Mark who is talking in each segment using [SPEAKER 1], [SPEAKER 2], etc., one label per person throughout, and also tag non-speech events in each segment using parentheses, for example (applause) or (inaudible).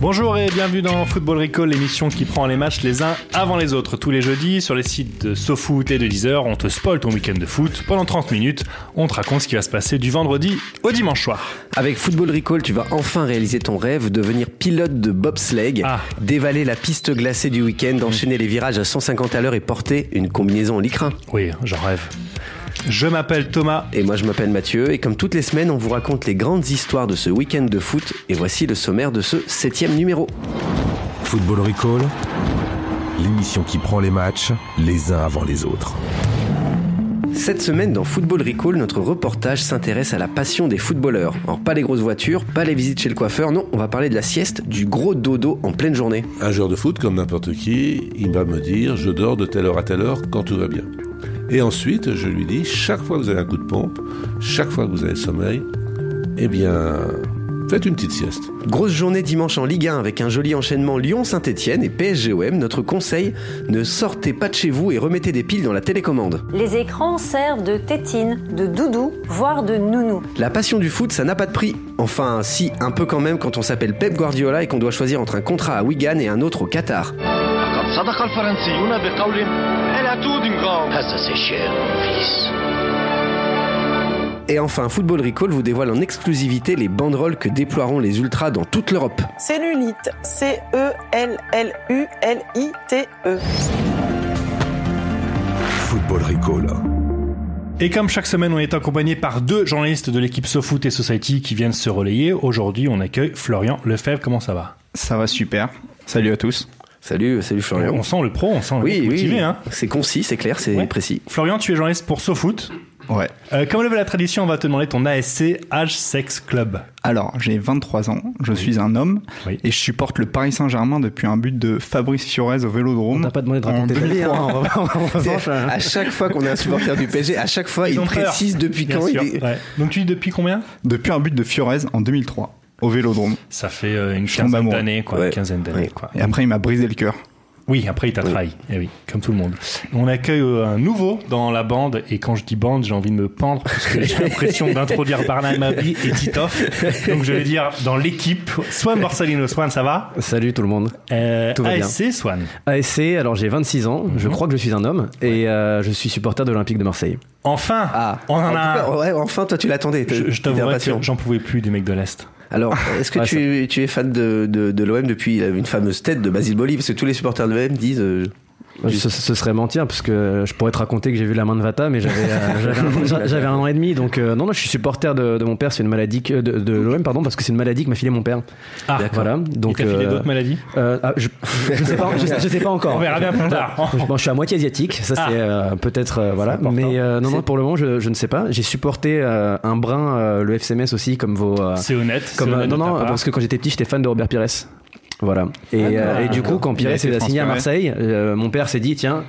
[SPEAKER 1] Bonjour et bienvenue dans Football Recall, l'émission qui prend les matchs les uns avant les autres. Tous les jeudis, sur les sites de SoFoot et de Deezer, on te spoil ton week-end de foot. Pendant 30 minutes, on te raconte ce qui va se passer du vendredi au dimanche soir.
[SPEAKER 2] Avec Football Recall, tu vas enfin réaliser ton rêve, devenir pilote de bobsleigh,
[SPEAKER 1] Ah.
[SPEAKER 2] dévaler la piste glacée du week-end, enchaîner les virages à 150 à l'heure et porter une combinaison en lycra.
[SPEAKER 1] Oui, j'en rêve. Je m'appelle Thomas.
[SPEAKER 2] Et moi je m'appelle Mathieu et comme toutes les semaines on vous raconte les grandes histoires de ce week-end de foot et voici le sommaire de ce septième numéro.
[SPEAKER 3] Football Recall. L'émission qui prend les matchs les uns avant les autres.
[SPEAKER 2] Cette semaine dans Football Recall, notre reportage s'intéresse à la passion des footballeurs. Alors pas les grosses voitures, pas les visites chez le coiffeur, non, on va parler de la sieste, du gros dodo en pleine journée.
[SPEAKER 4] Un joueur de foot, comme n'importe qui, il va me dire je dors de telle heure à telle heure quand tout va bien. Et ensuite, je lui dis chaque fois que vous avez un coup de pompe, chaque fois que vous avez le sommeil, eh bien, faites une petite sieste.
[SPEAKER 2] Grosse journée dimanche en Ligue 1 avec un joli enchaînement Lyon-Saint-Etienne et PSGOM. Notre conseil, ne sortez pas de chez vous et remettez des piles dans la télécommande.
[SPEAKER 5] Les écrans servent de tétine, de doudou, voire de nounou.
[SPEAKER 2] La passion du foot, ça n'a pas de prix. Enfin, si, un peu quand même quand on s'appelle Pep Guardiola et qu'on doit choisir entre un contrat à Wigan et un autre au Qatar.
[SPEAKER 6] لقد صدق الفرنسيون بقول إلى تودنغام هذا سي شير فيس
[SPEAKER 2] Et enfin, Football Recall vous dévoile en exclusivité les banderoles que déploieront les ultras dans toute l'Europe.
[SPEAKER 7] Cellulite. C-E-L-L-U-L-I-T-E.
[SPEAKER 3] Football Recall.
[SPEAKER 1] Et comme chaque semaine, on est accompagné par deux journalistes de l'équipe SoFoot et Society qui viennent se relayer. Aujourd'hui, on accueille Florian Lefebvre. Comment ça va
[SPEAKER 8] Ça va super. Salut à tous.
[SPEAKER 2] Salut, euh, salut Florian.
[SPEAKER 1] On sent le pro, on sent le
[SPEAKER 2] Oui, oui,
[SPEAKER 1] cultivé. Hein
[SPEAKER 2] c'est concis, c'est clair, c'est
[SPEAKER 1] Ouais.
[SPEAKER 2] précis.
[SPEAKER 1] Florian, tu es journaliste pour SoFoot.
[SPEAKER 8] Ouais.
[SPEAKER 1] Euh, comme le veut la tradition, on va te demander ton ASC âge sexe club.
[SPEAKER 8] Alors, j'ai 23 ans, je suis un homme
[SPEAKER 1] Oui.
[SPEAKER 8] et je supporte le Paris Saint-Germain depuis un but de Fabrice Fiorez au Vélodrome.
[SPEAKER 2] On t'a pas demandé de raconter
[SPEAKER 8] en
[SPEAKER 2] ta vie,
[SPEAKER 8] 2003.
[SPEAKER 2] hein, C'est- à chaque fois qu'on a un supporter du PSG, à chaque fois,
[SPEAKER 1] Ils
[SPEAKER 2] il
[SPEAKER 1] ont peur.
[SPEAKER 2] précise depuis
[SPEAKER 1] Bien
[SPEAKER 2] quand
[SPEAKER 1] sûr,
[SPEAKER 2] il est...
[SPEAKER 1] ouais. Donc tu dis depuis combien
[SPEAKER 8] Depuis un but de Fiorez en 2003 au Vélodrome.
[SPEAKER 1] Ça fait euh, une
[SPEAKER 8] tombe
[SPEAKER 1] quinzaine
[SPEAKER 8] amoureux.
[SPEAKER 1] d'années, quoi.
[SPEAKER 2] Ouais.
[SPEAKER 1] Une quinzaine d'années,
[SPEAKER 2] Ouais.
[SPEAKER 1] quoi.
[SPEAKER 8] Et après, il m'a brisé le cœur.
[SPEAKER 1] Oui, après il t'a trahi. Eh oui, comme tout le monde. On accueille euh, un nouveau dans la bande, et quand je dis bande, j'ai envie de me pendre parce que j'ai l'impression d'introduire Barnum Abbey et Titoff. Donc je vais dire dans l'équipe, Swan Borsalino. Swan, ça va
[SPEAKER 9] Salut tout le monde.
[SPEAKER 1] Euh,
[SPEAKER 9] Tout va bien.
[SPEAKER 1] ASC, Swan.
[SPEAKER 9] ASC, alors j'ai 26 ans, je
[SPEAKER 2] Mhm.
[SPEAKER 9] crois que je suis un homme et euh, je suis supporter de l'Olympique de Marseille.
[SPEAKER 1] Enfin, on en
[SPEAKER 2] Ah. tout
[SPEAKER 1] a
[SPEAKER 2] cas,
[SPEAKER 1] un.
[SPEAKER 2] ouais, enfin, toi, tu l'attendais.
[SPEAKER 1] Je, je
[SPEAKER 2] t'es
[SPEAKER 1] t'avouerais
[SPEAKER 2] impatient.
[SPEAKER 1] que j'en pouvais plus des mecs de l'Est.
[SPEAKER 9] (laughs)
[SPEAKER 2] Alors, est-ce que
[SPEAKER 9] Ouais,
[SPEAKER 2] tu, tu es fan de, de, de l'OM depuis euh, une fameuse tête de Basile Boli Parce que tous les supporters de l'OM disent. euh,
[SPEAKER 9] Ce, ce serait mentir parce que je pourrais te raconter que j'ai vu la main de Vata, mais j'avais euh, j'avais un- j'a- j'avais un an et demi. Donc euh, non, non, je suis supporter de, de mon père. C'est une maladie que- de, de l'OM, pardon, parce que c'est une maladie que m'a filé mon père.
[SPEAKER 1] Ah,
[SPEAKER 9] Voilà.
[SPEAKER 1] Donc,
[SPEAKER 9] Donc
[SPEAKER 1] il t'a filé
[SPEAKER 9] euh,
[SPEAKER 1] d'autres maladies
[SPEAKER 9] euh, ah, je, je sais pas, je sais- je sais pas encore.
[SPEAKER 1] On verra bien plus tard.
[SPEAKER 9] Je, bon, je suis à moitié asiatique, ça
[SPEAKER 1] Ah.
[SPEAKER 9] c'est euh, peut-être euh, voilà,
[SPEAKER 1] important.
[SPEAKER 9] mais euh, non
[SPEAKER 2] C'est-
[SPEAKER 9] non pour le moment je, je ne sais pas. J'ai supporté euh, un brin euh, le FCMS aussi comme vos euh,
[SPEAKER 1] C'est honnête.
[SPEAKER 9] Comme,
[SPEAKER 1] c'est
[SPEAKER 9] euh,
[SPEAKER 1] honnête
[SPEAKER 9] non,
[SPEAKER 1] de ta
[SPEAKER 9] non,
[SPEAKER 1] part.
[SPEAKER 9] parce que quand j'étais petit, j'étais fan de Robert Pires. Voilà.
[SPEAKER 1] Ah
[SPEAKER 9] Et, euh, et du coup, quand
[SPEAKER 8] Il
[SPEAKER 9] Pires
[SPEAKER 8] a
[SPEAKER 9] est
[SPEAKER 8] été
[SPEAKER 9] assigné à
[SPEAKER 8] transféré.
[SPEAKER 9] Marseille, euh, mon père s'est dit tiens,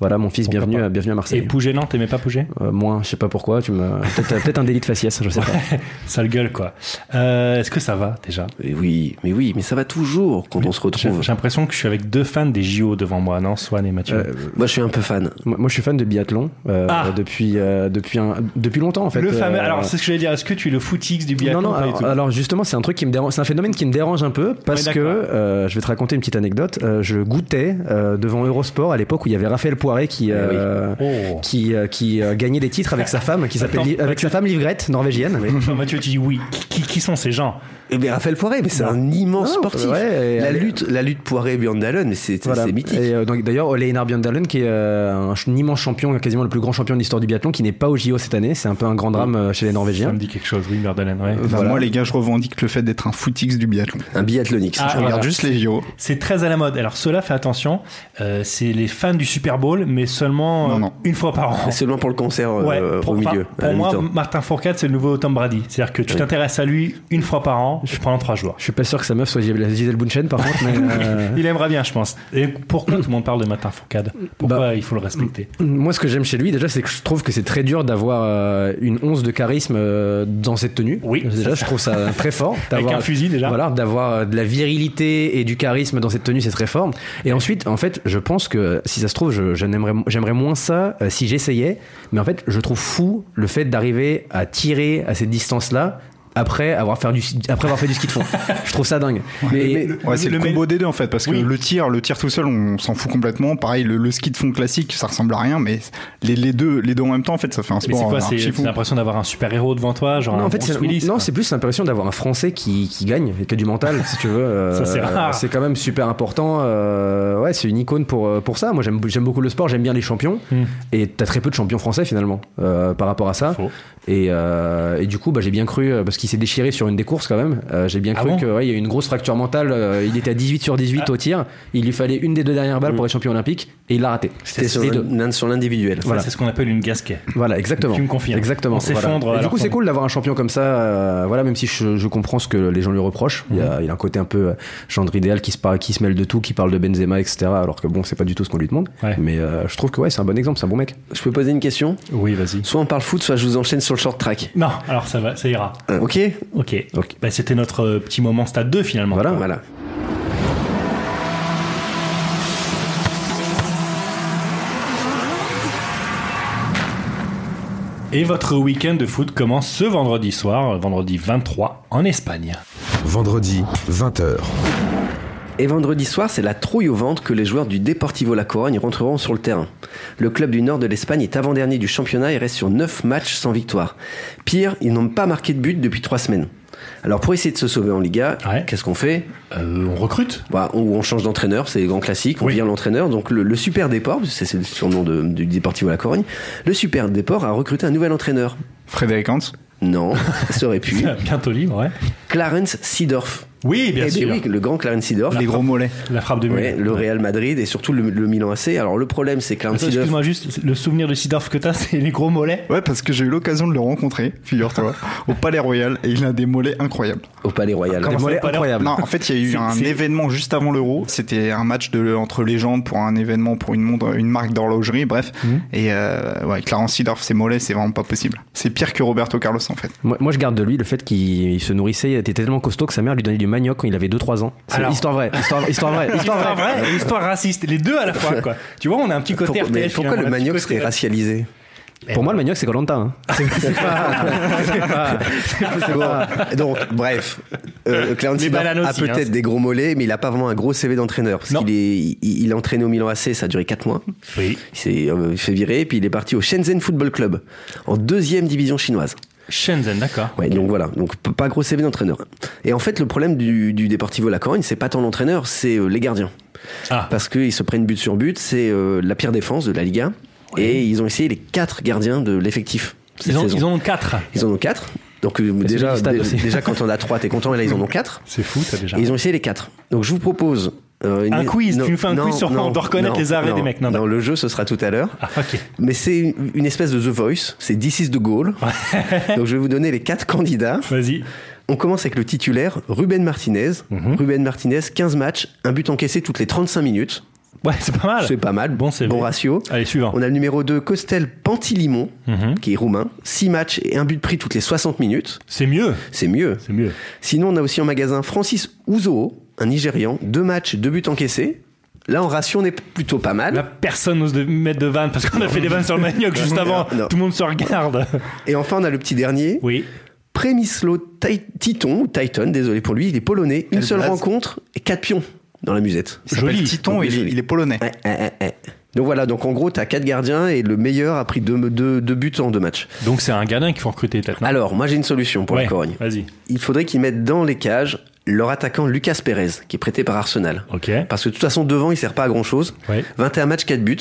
[SPEAKER 9] voilà, mon fils,
[SPEAKER 1] Pourquoi
[SPEAKER 9] bienvenue,
[SPEAKER 1] pas.
[SPEAKER 9] à- bienvenue à
[SPEAKER 1] Et
[SPEAKER 9] Marseille.
[SPEAKER 1] Pouget, non, t'aimais pas Pouget
[SPEAKER 9] Euh, moi, je sais pas pourquoi, tu me. Peut-être peut-être un délit de faciès, je sais pas.
[SPEAKER 1] (laughs) Sale gueule, quoi. Euh, Est-ce que ça va déjà
[SPEAKER 2] mais oui, mais oui, mais ça va toujours quand on se
[SPEAKER 1] J'ai
[SPEAKER 2] retrouve.
[SPEAKER 1] j'ai l'impression que je suis avec deux fans des JO devant moi, non Swan et Mathieu.
[SPEAKER 9] Euh,
[SPEAKER 2] Moi, je suis un peu fan.
[SPEAKER 9] Moi, moi, je suis fan de biathlon euh,
[SPEAKER 1] Ah.
[SPEAKER 9] depuis, euh, depuis, un- depuis longtemps, en fait.
[SPEAKER 1] le fameux.
[SPEAKER 9] Euh,
[SPEAKER 1] Alors, c'est ce que j'allais dire. Est-ce que tu es le footix du biathlon
[SPEAKER 9] non, non,
[SPEAKER 1] Pas du
[SPEAKER 9] alors,
[SPEAKER 1] tout.
[SPEAKER 9] alors justement, c'est un truc qui me dérange, c'est un phénomène qui me dérange un peu parce
[SPEAKER 1] Ouais,
[SPEAKER 9] que
[SPEAKER 1] d'accord.
[SPEAKER 9] euh, je vais te raconter une petite anecdote. Euh, je goûtais euh, devant Eurosport à l'époque où il y avait Raphaël Poiré
[SPEAKER 2] Eh
[SPEAKER 9] qui euh,
[SPEAKER 1] oui. Oh.
[SPEAKER 9] qui, euh, qui euh, gagnait des titres avec sa femme qui s'appelle
[SPEAKER 1] Attends,
[SPEAKER 9] Li- avec sa femme Livrette norvégienne.
[SPEAKER 1] Enfin, Mathieu, tu dis oui. Qui, qui sont ces gens
[SPEAKER 2] Et Eh bien, Raphaël Poiré, mais c'est
[SPEAKER 9] Bah.
[SPEAKER 2] un immense
[SPEAKER 9] Non,
[SPEAKER 2] sportif.
[SPEAKER 9] ouais, et
[SPEAKER 2] la,
[SPEAKER 9] allez.
[SPEAKER 2] lutte, la lutte Poiré-Björndalen, mais c'est
[SPEAKER 9] Voilà.
[SPEAKER 2] c'est mythique.
[SPEAKER 9] Et, euh, donc, d'ailleurs, Ole Einar Bjørndalen, qui est euh, un, ch- un immense champion, quasiment le plus grand champion de l'histoire du biathlon, qui n'est pas au JO cette année, c'est un peu un grand drame euh, chez les
[SPEAKER 1] Ça
[SPEAKER 9] Norvégiens.
[SPEAKER 1] me dit quelque chose, oui, Merdelen, ouais.
[SPEAKER 8] Bah, Moi, les gars, je revendique le fait d'être un footix du biathlon.
[SPEAKER 2] Un biathlonix.
[SPEAKER 1] Ah,
[SPEAKER 8] je regarde
[SPEAKER 1] voilà.
[SPEAKER 8] juste les JO.
[SPEAKER 1] C'est très à la mode. Alors, cela, fais attention. Euh, c'est les fans du Super Bowl football, mais seulement
[SPEAKER 8] Non,
[SPEAKER 1] euh,
[SPEAKER 8] non.
[SPEAKER 1] une fois par an.
[SPEAKER 2] C'est seulement pour le concert euh,
[SPEAKER 1] Ouais,
[SPEAKER 2] euh,
[SPEAKER 1] pour,
[SPEAKER 2] au
[SPEAKER 1] enfin,
[SPEAKER 2] milieu. à
[SPEAKER 1] pour
[SPEAKER 2] la
[SPEAKER 1] moi,
[SPEAKER 2] mi-temps.
[SPEAKER 1] Martin Fourcade, c'est le nouveau Tom Brady. C'est-à-dire que tu
[SPEAKER 2] Oui.
[SPEAKER 1] t'intéresses à lui une fois par an, je prends en trois joueurs.
[SPEAKER 9] Je suis pas sûr que sa meuf soit Gisèle Gisèle Bunchen, par contre, mais.
[SPEAKER 2] (laughs)
[SPEAKER 9] euh,
[SPEAKER 1] Il aimerait bien, je pense. Et pourquoi tout le monde parle de Martin Fourcade Pourquoi
[SPEAKER 9] Bah,
[SPEAKER 1] il faut le respecter
[SPEAKER 9] Moi, ce que j'aime chez lui, déjà, c'est que je trouve que c'est très dur d'avoir euh, une once de charisme euh, dans cette tenue.
[SPEAKER 1] Oui,
[SPEAKER 9] déjà,
[SPEAKER 1] ça-
[SPEAKER 9] je trouve ça très fort.
[SPEAKER 1] Avec
[SPEAKER 9] d'avoir-
[SPEAKER 1] un fusil, déjà.
[SPEAKER 9] Voilà, d'avoir euh, de la virilité et du charisme dans cette tenue, c'est très fort. Et ensuite, en fait, je pense que si ça se trouve, je, je n'aimerais- j'aimerais moins ça euh, si j'essayais. Mais en fait, je trouve fou le fait d'arriver à tirer à cette distance-là. Après avoir, fait du, après avoir fait du ski de fond. Je trouve ça dingue. Mais-
[SPEAKER 8] Ouais, c'est
[SPEAKER 1] le
[SPEAKER 8] le,
[SPEAKER 1] mé-
[SPEAKER 8] combo des deux en fait, parce que
[SPEAKER 1] Oui.
[SPEAKER 8] le tir, le tir tout seul, on s'en fout complètement. Pareil, le, le ski de fond classique, ça ressemble à rien, mais les, les deux, les deux en même temps, en fait, ça fait un
[SPEAKER 1] Mais c'est
[SPEAKER 8] sport
[SPEAKER 1] quoi
[SPEAKER 8] euh,
[SPEAKER 1] C'est
[SPEAKER 8] archi
[SPEAKER 1] c'est
[SPEAKER 8] fou.
[SPEAKER 1] l'impression d'avoir un super héros devant toi, genre
[SPEAKER 9] Non,
[SPEAKER 1] un
[SPEAKER 9] en fait,
[SPEAKER 1] Bruce
[SPEAKER 9] c'est,
[SPEAKER 1] Willis,
[SPEAKER 9] non,
[SPEAKER 1] quoi.
[SPEAKER 9] c'est plus l'impression d'avoir un Français qui, qui gagne, qui a du mental, si tu veux. Euh,
[SPEAKER 1] (laughs) Ça, c'est rare.
[SPEAKER 9] c'est quand même super important. euh, ouais, c'est une icône pour, euh, pour ça. Moi, j'aime, j'aime beaucoup le sport, j'aime bien les champions.
[SPEAKER 1] Hmm.
[SPEAKER 9] Et t'as très peu de champions français, finalement, euh, par rapport à ça.
[SPEAKER 1] Faux.
[SPEAKER 9] Et, euh, et du coup, bah, j'ai bien cru, euh, parce qu'il s'est déchiré sur une des courses, quand même. euh, j'ai bien
[SPEAKER 1] Ah
[SPEAKER 9] cru
[SPEAKER 1] bon
[SPEAKER 9] qu'il y a eu une grosse fracture mentale. euh, il était à 18 sur 18 au tir. Il lui fallait une des deux dernières balles pour être champion olympique. Et il l'a raté.
[SPEAKER 2] Ah, C'était sur,
[SPEAKER 9] les deux.
[SPEAKER 2] l'in- sur l'individuel.
[SPEAKER 1] Ça, C'est ce qu'on appelle une gasquet.
[SPEAKER 9] Voilà, exactement.
[SPEAKER 1] Tu me confirmes.
[SPEAKER 9] Exactement.
[SPEAKER 1] On s'effondre
[SPEAKER 9] voilà. Et Du
[SPEAKER 1] alors
[SPEAKER 9] coup, c'est
[SPEAKER 1] qu'on-
[SPEAKER 9] cool d'avoir un champion comme ça. euh, voilà, même si je, je comprends ce que les gens lui reprochent. Il, y a, il a un côté un peu euh, gendre idéal qui se, par- qui se mêle de tout, qui parle de Benzema, etc. Alors que bon, c'est pas du tout ce qu'on lui demande.
[SPEAKER 1] Ouais.
[SPEAKER 9] Mais euh, je trouve que ouais, c'est un bon exemple, c'est un bon mec.
[SPEAKER 2] Je peux poser une question
[SPEAKER 1] Oui, vas-y.
[SPEAKER 2] Soit on parle foot, soit je vous enchaîne sur le short track.
[SPEAKER 1] Non, alors ça va, ça ira.
[SPEAKER 9] Euh.
[SPEAKER 2] Ok
[SPEAKER 1] Ok.
[SPEAKER 9] Ok.
[SPEAKER 1] Bah, C'était notre euh, petit moment stade 2 finalement.
[SPEAKER 9] Voilà.
[SPEAKER 2] Voilà.
[SPEAKER 1] Et votre week-end de foot commence ce vendredi soir, euh, vendredi 23, en Espagne.
[SPEAKER 3] Vendredi, 20h.
[SPEAKER 2] Et vendredi soir, c'est la trouille au ventre que les joueurs du Deportivo La Corogne rentreront sur le terrain. Le club du nord de l'Espagne est avant-dernier du championnat et reste sur 9 matchs sans victoire. Pire, ils n'ont pas marqué de but depuis 3 semaines. Alors pour essayer de se sauver en Liga,
[SPEAKER 1] Ouais.
[SPEAKER 2] qu'est-ce qu'on fait
[SPEAKER 1] Euh, on recrute
[SPEAKER 2] bah, on, on change d'entraîneur, c'est les grands classiques, on
[SPEAKER 1] Oui.
[SPEAKER 2] vire l'entraîneur. Donc le, le Super Déport, parce que c'est c'est le surnom de- du Deportivo La Corogne, le Super Déport a recruté un nouvel entraîneur.
[SPEAKER 8] Frédéric Hans,
[SPEAKER 2] Non, ça
[SPEAKER 1] (laughs)
[SPEAKER 2] aurait pu.
[SPEAKER 1] Bientôt libre, ouais.
[SPEAKER 2] Clarence Seedorf.
[SPEAKER 1] Oui,
[SPEAKER 9] ben
[SPEAKER 1] bien
[SPEAKER 2] Eh
[SPEAKER 1] sûr.
[SPEAKER 2] bien oui, le grand Clarence Seedorf.
[SPEAKER 8] les gros mollets.
[SPEAKER 1] La frappe de
[SPEAKER 2] Ouais,
[SPEAKER 1] Müller.
[SPEAKER 2] le Real Madrid et surtout le, le Milan AC. Alors le problème, c'est que Clarence
[SPEAKER 1] Attends,
[SPEAKER 2] Seedorf...
[SPEAKER 1] Excuse-moi juste, le souvenir de Sidorf que t'as, c'est les gros mollets.
[SPEAKER 8] Ouais, parce que j'ai eu l'occasion de le rencontrer, figure-toi, au Palais Royal, et il a des mollets incroyables.
[SPEAKER 2] au Palais Royal.
[SPEAKER 9] Des
[SPEAKER 1] ça,
[SPEAKER 9] mollets
[SPEAKER 1] pas l'air-
[SPEAKER 9] incroyables.
[SPEAKER 8] Non, en fait, il y a
[SPEAKER 1] (laughs)
[SPEAKER 8] eu
[SPEAKER 1] C'est-
[SPEAKER 8] un
[SPEAKER 1] c'est-
[SPEAKER 8] événement juste avant l'Euro. C'était un match de, entre légendes pour un événement pour une, montre- une marque d'horlogerie, bref.
[SPEAKER 1] Mhm.
[SPEAKER 8] Et euh, ouais, Clarence Seedorf, ses mollets, c'est vraiment pas possible. C'est pire que Roberto Carlos, en fait.
[SPEAKER 9] Moi, moi, je garde de lui le fait qu'il il se nourrissait, il était tellement costaud que sa mère lui donnait du manioc quand il avait 2-3 ans. C'est
[SPEAKER 1] Alors-
[SPEAKER 9] histoire vraie, histoire, histoire vraie, histoire vraie.
[SPEAKER 1] Histoire vraie et histoire raciste. Les deux à la fois, quoi. Tu vois, on a un petit côté
[SPEAKER 2] Pour- mais
[SPEAKER 1] RTL.
[SPEAKER 2] pourquoi
[SPEAKER 1] finalement,
[SPEAKER 2] le
[SPEAKER 1] un petit
[SPEAKER 2] manioc
[SPEAKER 1] côté-
[SPEAKER 2] serait racialisé
[SPEAKER 9] Pour moi, le manioc, c'est
[SPEAKER 1] (laughs)
[SPEAKER 9] Colanta. Hein. C'est, c'est pas. C'est pas. c'est pas-
[SPEAKER 2] Donc, bref, euh, Clarence
[SPEAKER 1] Les
[SPEAKER 2] Seedorf
[SPEAKER 1] bananes
[SPEAKER 2] a
[SPEAKER 1] aussi,
[SPEAKER 2] peut-être
[SPEAKER 1] hein.
[SPEAKER 2] des gros mollets, mais il a pas vraiment un gros CV d'entraîneur. Parce
[SPEAKER 1] Non.
[SPEAKER 2] qu'il est, il, il a entraîné au Milan AC, ça a duré 4 mois.
[SPEAKER 1] Oui.
[SPEAKER 2] Il s'est euh, fait virer, puis il est parti au Shenzhen Football Club, en deuxième division chinoise.
[SPEAKER 1] Shenzhen, d'accord.
[SPEAKER 2] Ouais, donc voilà, donc p- pas gros CV d'entraîneur. Et en fait, le problème du, du Deportivo La Corogne, c'est pas tant l'entraîneur, c'est euh, les gardiens.
[SPEAKER 1] Ah.
[SPEAKER 2] Parce qu'ils se prennent but sur but, c'est euh, la pire défense de la Liga. Et ils ont essayé les quatre gardiens de l'effectif. cette
[SPEAKER 1] Ils en,
[SPEAKER 2] saison.
[SPEAKER 1] ils en ont Bah, quatre.
[SPEAKER 2] Ils en ont quatre. Donc euh, déjà,
[SPEAKER 9] du stade
[SPEAKER 2] dé-
[SPEAKER 9] aussi.
[SPEAKER 2] déjà quand on a trois, t'es content. Et là, ils en ont quatre.
[SPEAKER 1] C'est fou, ça, déjà.
[SPEAKER 2] Et ils ont essayé les quatre. Donc je vous propose. euh, une-
[SPEAKER 1] Un quiz, tu nous fais un quiz sur- on doit reconnaître les arrêts
[SPEAKER 2] non,
[SPEAKER 1] des mecs. Non, bah. non.
[SPEAKER 2] le jeu, ce sera tout à l'heure.
[SPEAKER 1] Ah, ok.
[SPEAKER 2] Mais c'est une, une espèce de The Voice. C'est This is the goal. Donc je vais vous donner les quatre candidats.
[SPEAKER 1] Vas-y.
[SPEAKER 2] On commence avec le titulaire, Ruben Martinez.
[SPEAKER 1] Mhm.
[SPEAKER 2] Ruben Martinez, 15 matchs, un but encaissé toutes les 35 minutes.
[SPEAKER 1] Ouais, c'est pas mal.
[SPEAKER 2] C'est pas mal.
[SPEAKER 1] Ah Bon CV.
[SPEAKER 2] Bon ratio.
[SPEAKER 1] Allez, suivant.
[SPEAKER 2] On a le numéro 2, Costel Pantilimon,
[SPEAKER 1] Mhm.
[SPEAKER 2] qui est roumain. 6 matchs et un but pris toutes les 60 minutes.
[SPEAKER 1] C'est mieux.
[SPEAKER 2] C'est mieux.
[SPEAKER 1] C'est mieux.
[SPEAKER 2] Sinon, on a aussi en magasin Francis Ouzo, un Nigérian. Deux matchs, deux buts encaissés. Là, en ratio, on est plutôt pas mal.
[SPEAKER 1] Là, personne n'ose de mettre de vannes parce qu'on a fait des vannes sur le manioc juste avant.
[SPEAKER 2] Non.
[SPEAKER 1] Tout le monde se regarde.
[SPEAKER 2] Et enfin, on a le petit dernier,
[SPEAKER 1] Oui.
[SPEAKER 2] Premislo Tai- Titon, ou Titan, désolé pour lui, il est polonais. Une
[SPEAKER 8] Quelle
[SPEAKER 2] seule
[SPEAKER 8] blaze.
[SPEAKER 2] rencontre et quatre pions dans la musette.
[SPEAKER 8] Il s'appelle
[SPEAKER 1] Joli.
[SPEAKER 8] Titon, il, est- il est polonais.
[SPEAKER 2] Ouais, ouais, ouais, ouais. Donc voilà, donc en gros, t'as quatre gardiens et le meilleur a pris deux, deux- deux buts en deux matchs.
[SPEAKER 1] Donc, c'est un gardien qu'il faut recruter, peut-être. non
[SPEAKER 2] Alors, moi j'ai une solution pour
[SPEAKER 1] Ouais,
[SPEAKER 2] la Corogne.
[SPEAKER 1] Vas-y.
[SPEAKER 2] Il faudrait qu'ils mettent dans les cages leur attaquant Lucas Pérez, qui est prêté par Arsenal.
[SPEAKER 1] Ok.
[SPEAKER 2] Parce que de toute façon, devant, il sert pas à grand chose.
[SPEAKER 1] Ouais.
[SPEAKER 2] 21 matchs, 4 buts.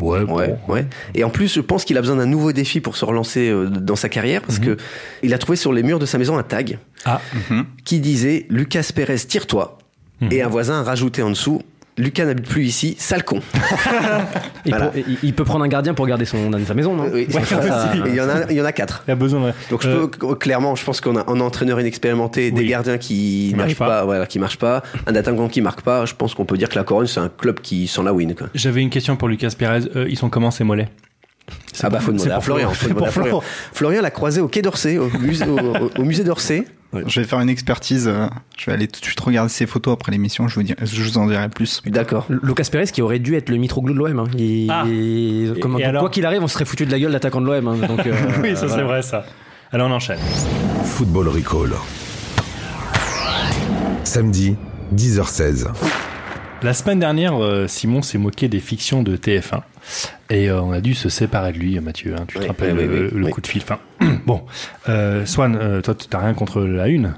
[SPEAKER 1] Ouais,
[SPEAKER 2] Ouais,
[SPEAKER 1] bon.
[SPEAKER 2] ouais. Et en plus, je pense qu'il a besoin d'un nouveau défi pour se relancer euh, dans sa carrière parce
[SPEAKER 1] Mhm.
[SPEAKER 2] que il a trouvé sur les murs de sa maison un tag
[SPEAKER 1] Ah,
[SPEAKER 9] Mhm.
[SPEAKER 2] qui disait Lucas Pérez, tire-toi. Et un voisin a rajouté en dessous Lucas n'habite plus ici, sale con.
[SPEAKER 9] (laughs) Il,
[SPEAKER 2] Voilà.
[SPEAKER 9] peut, il- il peut prendre un gardien pour garder son, sa maison, non
[SPEAKER 2] Oui,
[SPEAKER 9] Ouais, ça- euh,
[SPEAKER 2] Et Il y en a, il y en a quatre.
[SPEAKER 1] Il y a besoin de.
[SPEAKER 2] Donc je
[SPEAKER 1] Euh,
[SPEAKER 2] peux- clairement, je pense qu'on a un entraîneur inexpérimenté, des
[SPEAKER 1] Oui.
[SPEAKER 2] gardiens qui,
[SPEAKER 1] Qui
[SPEAKER 2] marchent
[SPEAKER 1] marchent
[SPEAKER 2] pas,
[SPEAKER 1] pas.
[SPEAKER 2] voilà, qui marchent pas, un attaquant qui marque pas. Je pense qu'on peut dire que la Corogne c'est un club qui sent la win. Quoi.
[SPEAKER 1] J'avais une question pour Lucas Pérez. Euh, ils sont comment ces mollets
[SPEAKER 2] Ah bah faut demander à Florian. faut demander à Florian. Florian l'a croisé au Quai d'Orsay, au musée, au, au- au musée d'Orsay.
[SPEAKER 8] Je vais faire une expertise. euh, Je vais aller tout de suite regarder ces photos après l'émission. Je vous dirai- je vous en dirai plus.
[SPEAKER 2] D'accord.
[SPEAKER 9] Lucas Perez qui aurait dû être le Mitroglou de l'OM. hein. Il-
[SPEAKER 1] Ah.
[SPEAKER 9] il- comment-
[SPEAKER 1] Et
[SPEAKER 9] donc,
[SPEAKER 1] alors
[SPEAKER 9] quoi qu'il arrive, on serait foutu de la gueule l'attaquant de l'OM. hein. Donc, euh,
[SPEAKER 1] (laughs) Oui, ça c'est
[SPEAKER 9] voilà.
[SPEAKER 1] vrai ça. Alors on enchaîne.
[SPEAKER 3] Football Recall. Samedi, 10h16.
[SPEAKER 1] La semaine dernière, euh, Simon s'est moqué des fictions de TF1 et euh, on a dû se séparer de lui, Mathieu. hein. tu te
[SPEAKER 2] Oui,
[SPEAKER 1] rappelles
[SPEAKER 2] oui, oui,
[SPEAKER 1] le,
[SPEAKER 2] oui,
[SPEAKER 1] le
[SPEAKER 2] oui.
[SPEAKER 1] coup de fil. Enfin, (clears throat) bon, Euh, Swan, euh, toi, tu t'as rien contre la une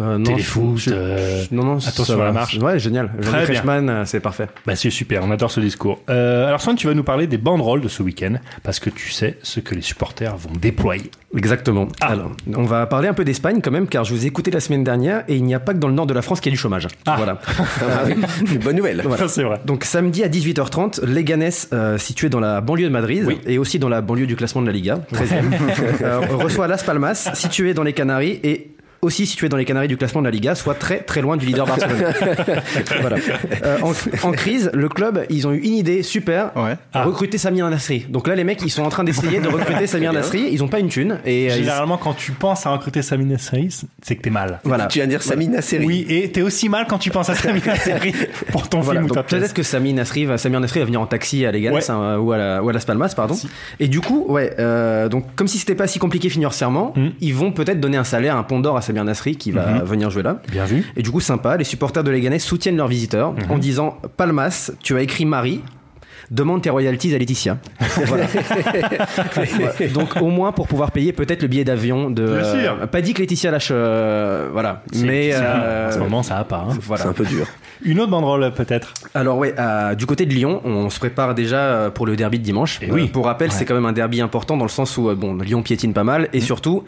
[SPEAKER 9] Euh, non,
[SPEAKER 1] Téléfoot,
[SPEAKER 9] je- je-
[SPEAKER 1] euh,
[SPEAKER 9] non, non,
[SPEAKER 1] attention
[SPEAKER 9] ça
[SPEAKER 1] à
[SPEAKER 9] va.
[SPEAKER 1] la marche.
[SPEAKER 9] Ouais, génial. Jean-Luc
[SPEAKER 1] bien.
[SPEAKER 9] Reichmann, euh, c'est parfait.
[SPEAKER 1] Bah c'est super, on adore ce discours. Euh, alors Swan, tu vas nous parler des banderoles de ce week-end parce que tu sais ce que les supporters vont déployer.
[SPEAKER 9] Exactement.
[SPEAKER 1] Ah.
[SPEAKER 9] Alors, on va parler un peu d'Espagne quand même, car je vous ai écouté la semaine dernière et il n'y a pas que dans le nord de la France qu'il y a du chômage.
[SPEAKER 1] Ah.
[SPEAKER 9] Voilà.
[SPEAKER 2] Ah, oui. Une Bonne nouvelle.
[SPEAKER 1] (laughs)
[SPEAKER 9] Voilà.
[SPEAKER 1] c'est vrai.
[SPEAKER 9] Donc samedi à 18h30, Leganes, euh, situé dans la banlieue de Madrid
[SPEAKER 1] Oui.
[SPEAKER 9] et aussi dans la banlieue du classement de la Liga,
[SPEAKER 8] (laughs)
[SPEAKER 9] 13e, euh, reçoit Las Palmas, situé dans les Canaries et aussi situé dans les Canaries du classement de la Liga, soit très très loin du leader Barcelone.
[SPEAKER 8] (laughs)
[SPEAKER 9] Voilà. Euh, en, en crise, le club, ils ont eu une idée super,
[SPEAKER 8] Ouais.
[SPEAKER 1] Ah.
[SPEAKER 9] recruter Samir Nasri. Donc là, les mecs, ils sont en train
[SPEAKER 1] (laughs)
[SPEAKER 9] d'essayer de recruter Samir Nasri, ils ont pas une thune et euh, ils-
[SPEAKER 1] Généralement, quand tu penses à recruter Samina Seris, c'est que t'es mal.
[SPEAKER 9] voilà.
[SPEAKER 2] Tu viens de dire Samina Seri.
[SPEAKER 1] Oui, et t'es aussi mal quand tu penses à Samina
[SPEAKER 9] (laughs)
[SPEAKER 1] Seri pour ton
[SPEAKER 9] Voilà,
[SPEAKER 1] film ou ta
[SPEAKER 9] donc
[SPEAKER 1] pièce.
[SPEAKER 9] peut-être que Sami Nasri va, Samir Nasri va venir en taxi à Leganés
[SPEAKER 1] Ouais.
[SPEAKER 9] hein, ou, à la- ou à Las Palmas, pardon. Et du coup, ouais, euh, donc comme si c'était pas si compliqué financièrement,
[SPEAKER 1] Mm.
[SPEAKER 9] ils vont peut-être donner un salaire, un pont d'or à Samir Nasri qui va
[SPEAKER 1] Mhm.
[SPEAKER 9] venir jouer là.
[SPEAKER 1] Bien vu.
[SPEAKER 9] Et du coup, sympa, les supporters de Leganés soutiennent leurs visiteurs
[SPEAKER 1] Mhm.
[SPEAKER 9] en disant Palmas, tu as écrit Marie. Demande tes royalties à Laetitia.
[SPEAKER 1] (laughs)
[SPEAKER 9] Voilà. Ouais, Donc au moins pour pouvoir payer peut-être le billet d'avion de.
[SPEAKER 1] Bien sûr.
[SPEAKER 9] euh, pas dit que Laetitia lâche. euh, voilà. Mais. euh,
[SPEAKER 1] en ce moment, ça va pas. hein.
[SPEAKER 9] voilà.
[SPEAKER 2] C'est un peu dur.
[SPEAKER 1] Une autre banderole, peut-être.
[SPEAKER 9] Alors ouais, à- du côté de Lyon, on se prépare déjà euh, pour le derby de dimanche.
[SPEAKER 1] Eh oui.
[SPEAKER 9] pour rappel, c'est quand même un derby important dans le sens où euh, bon, Lyon piétine pas mal et surtout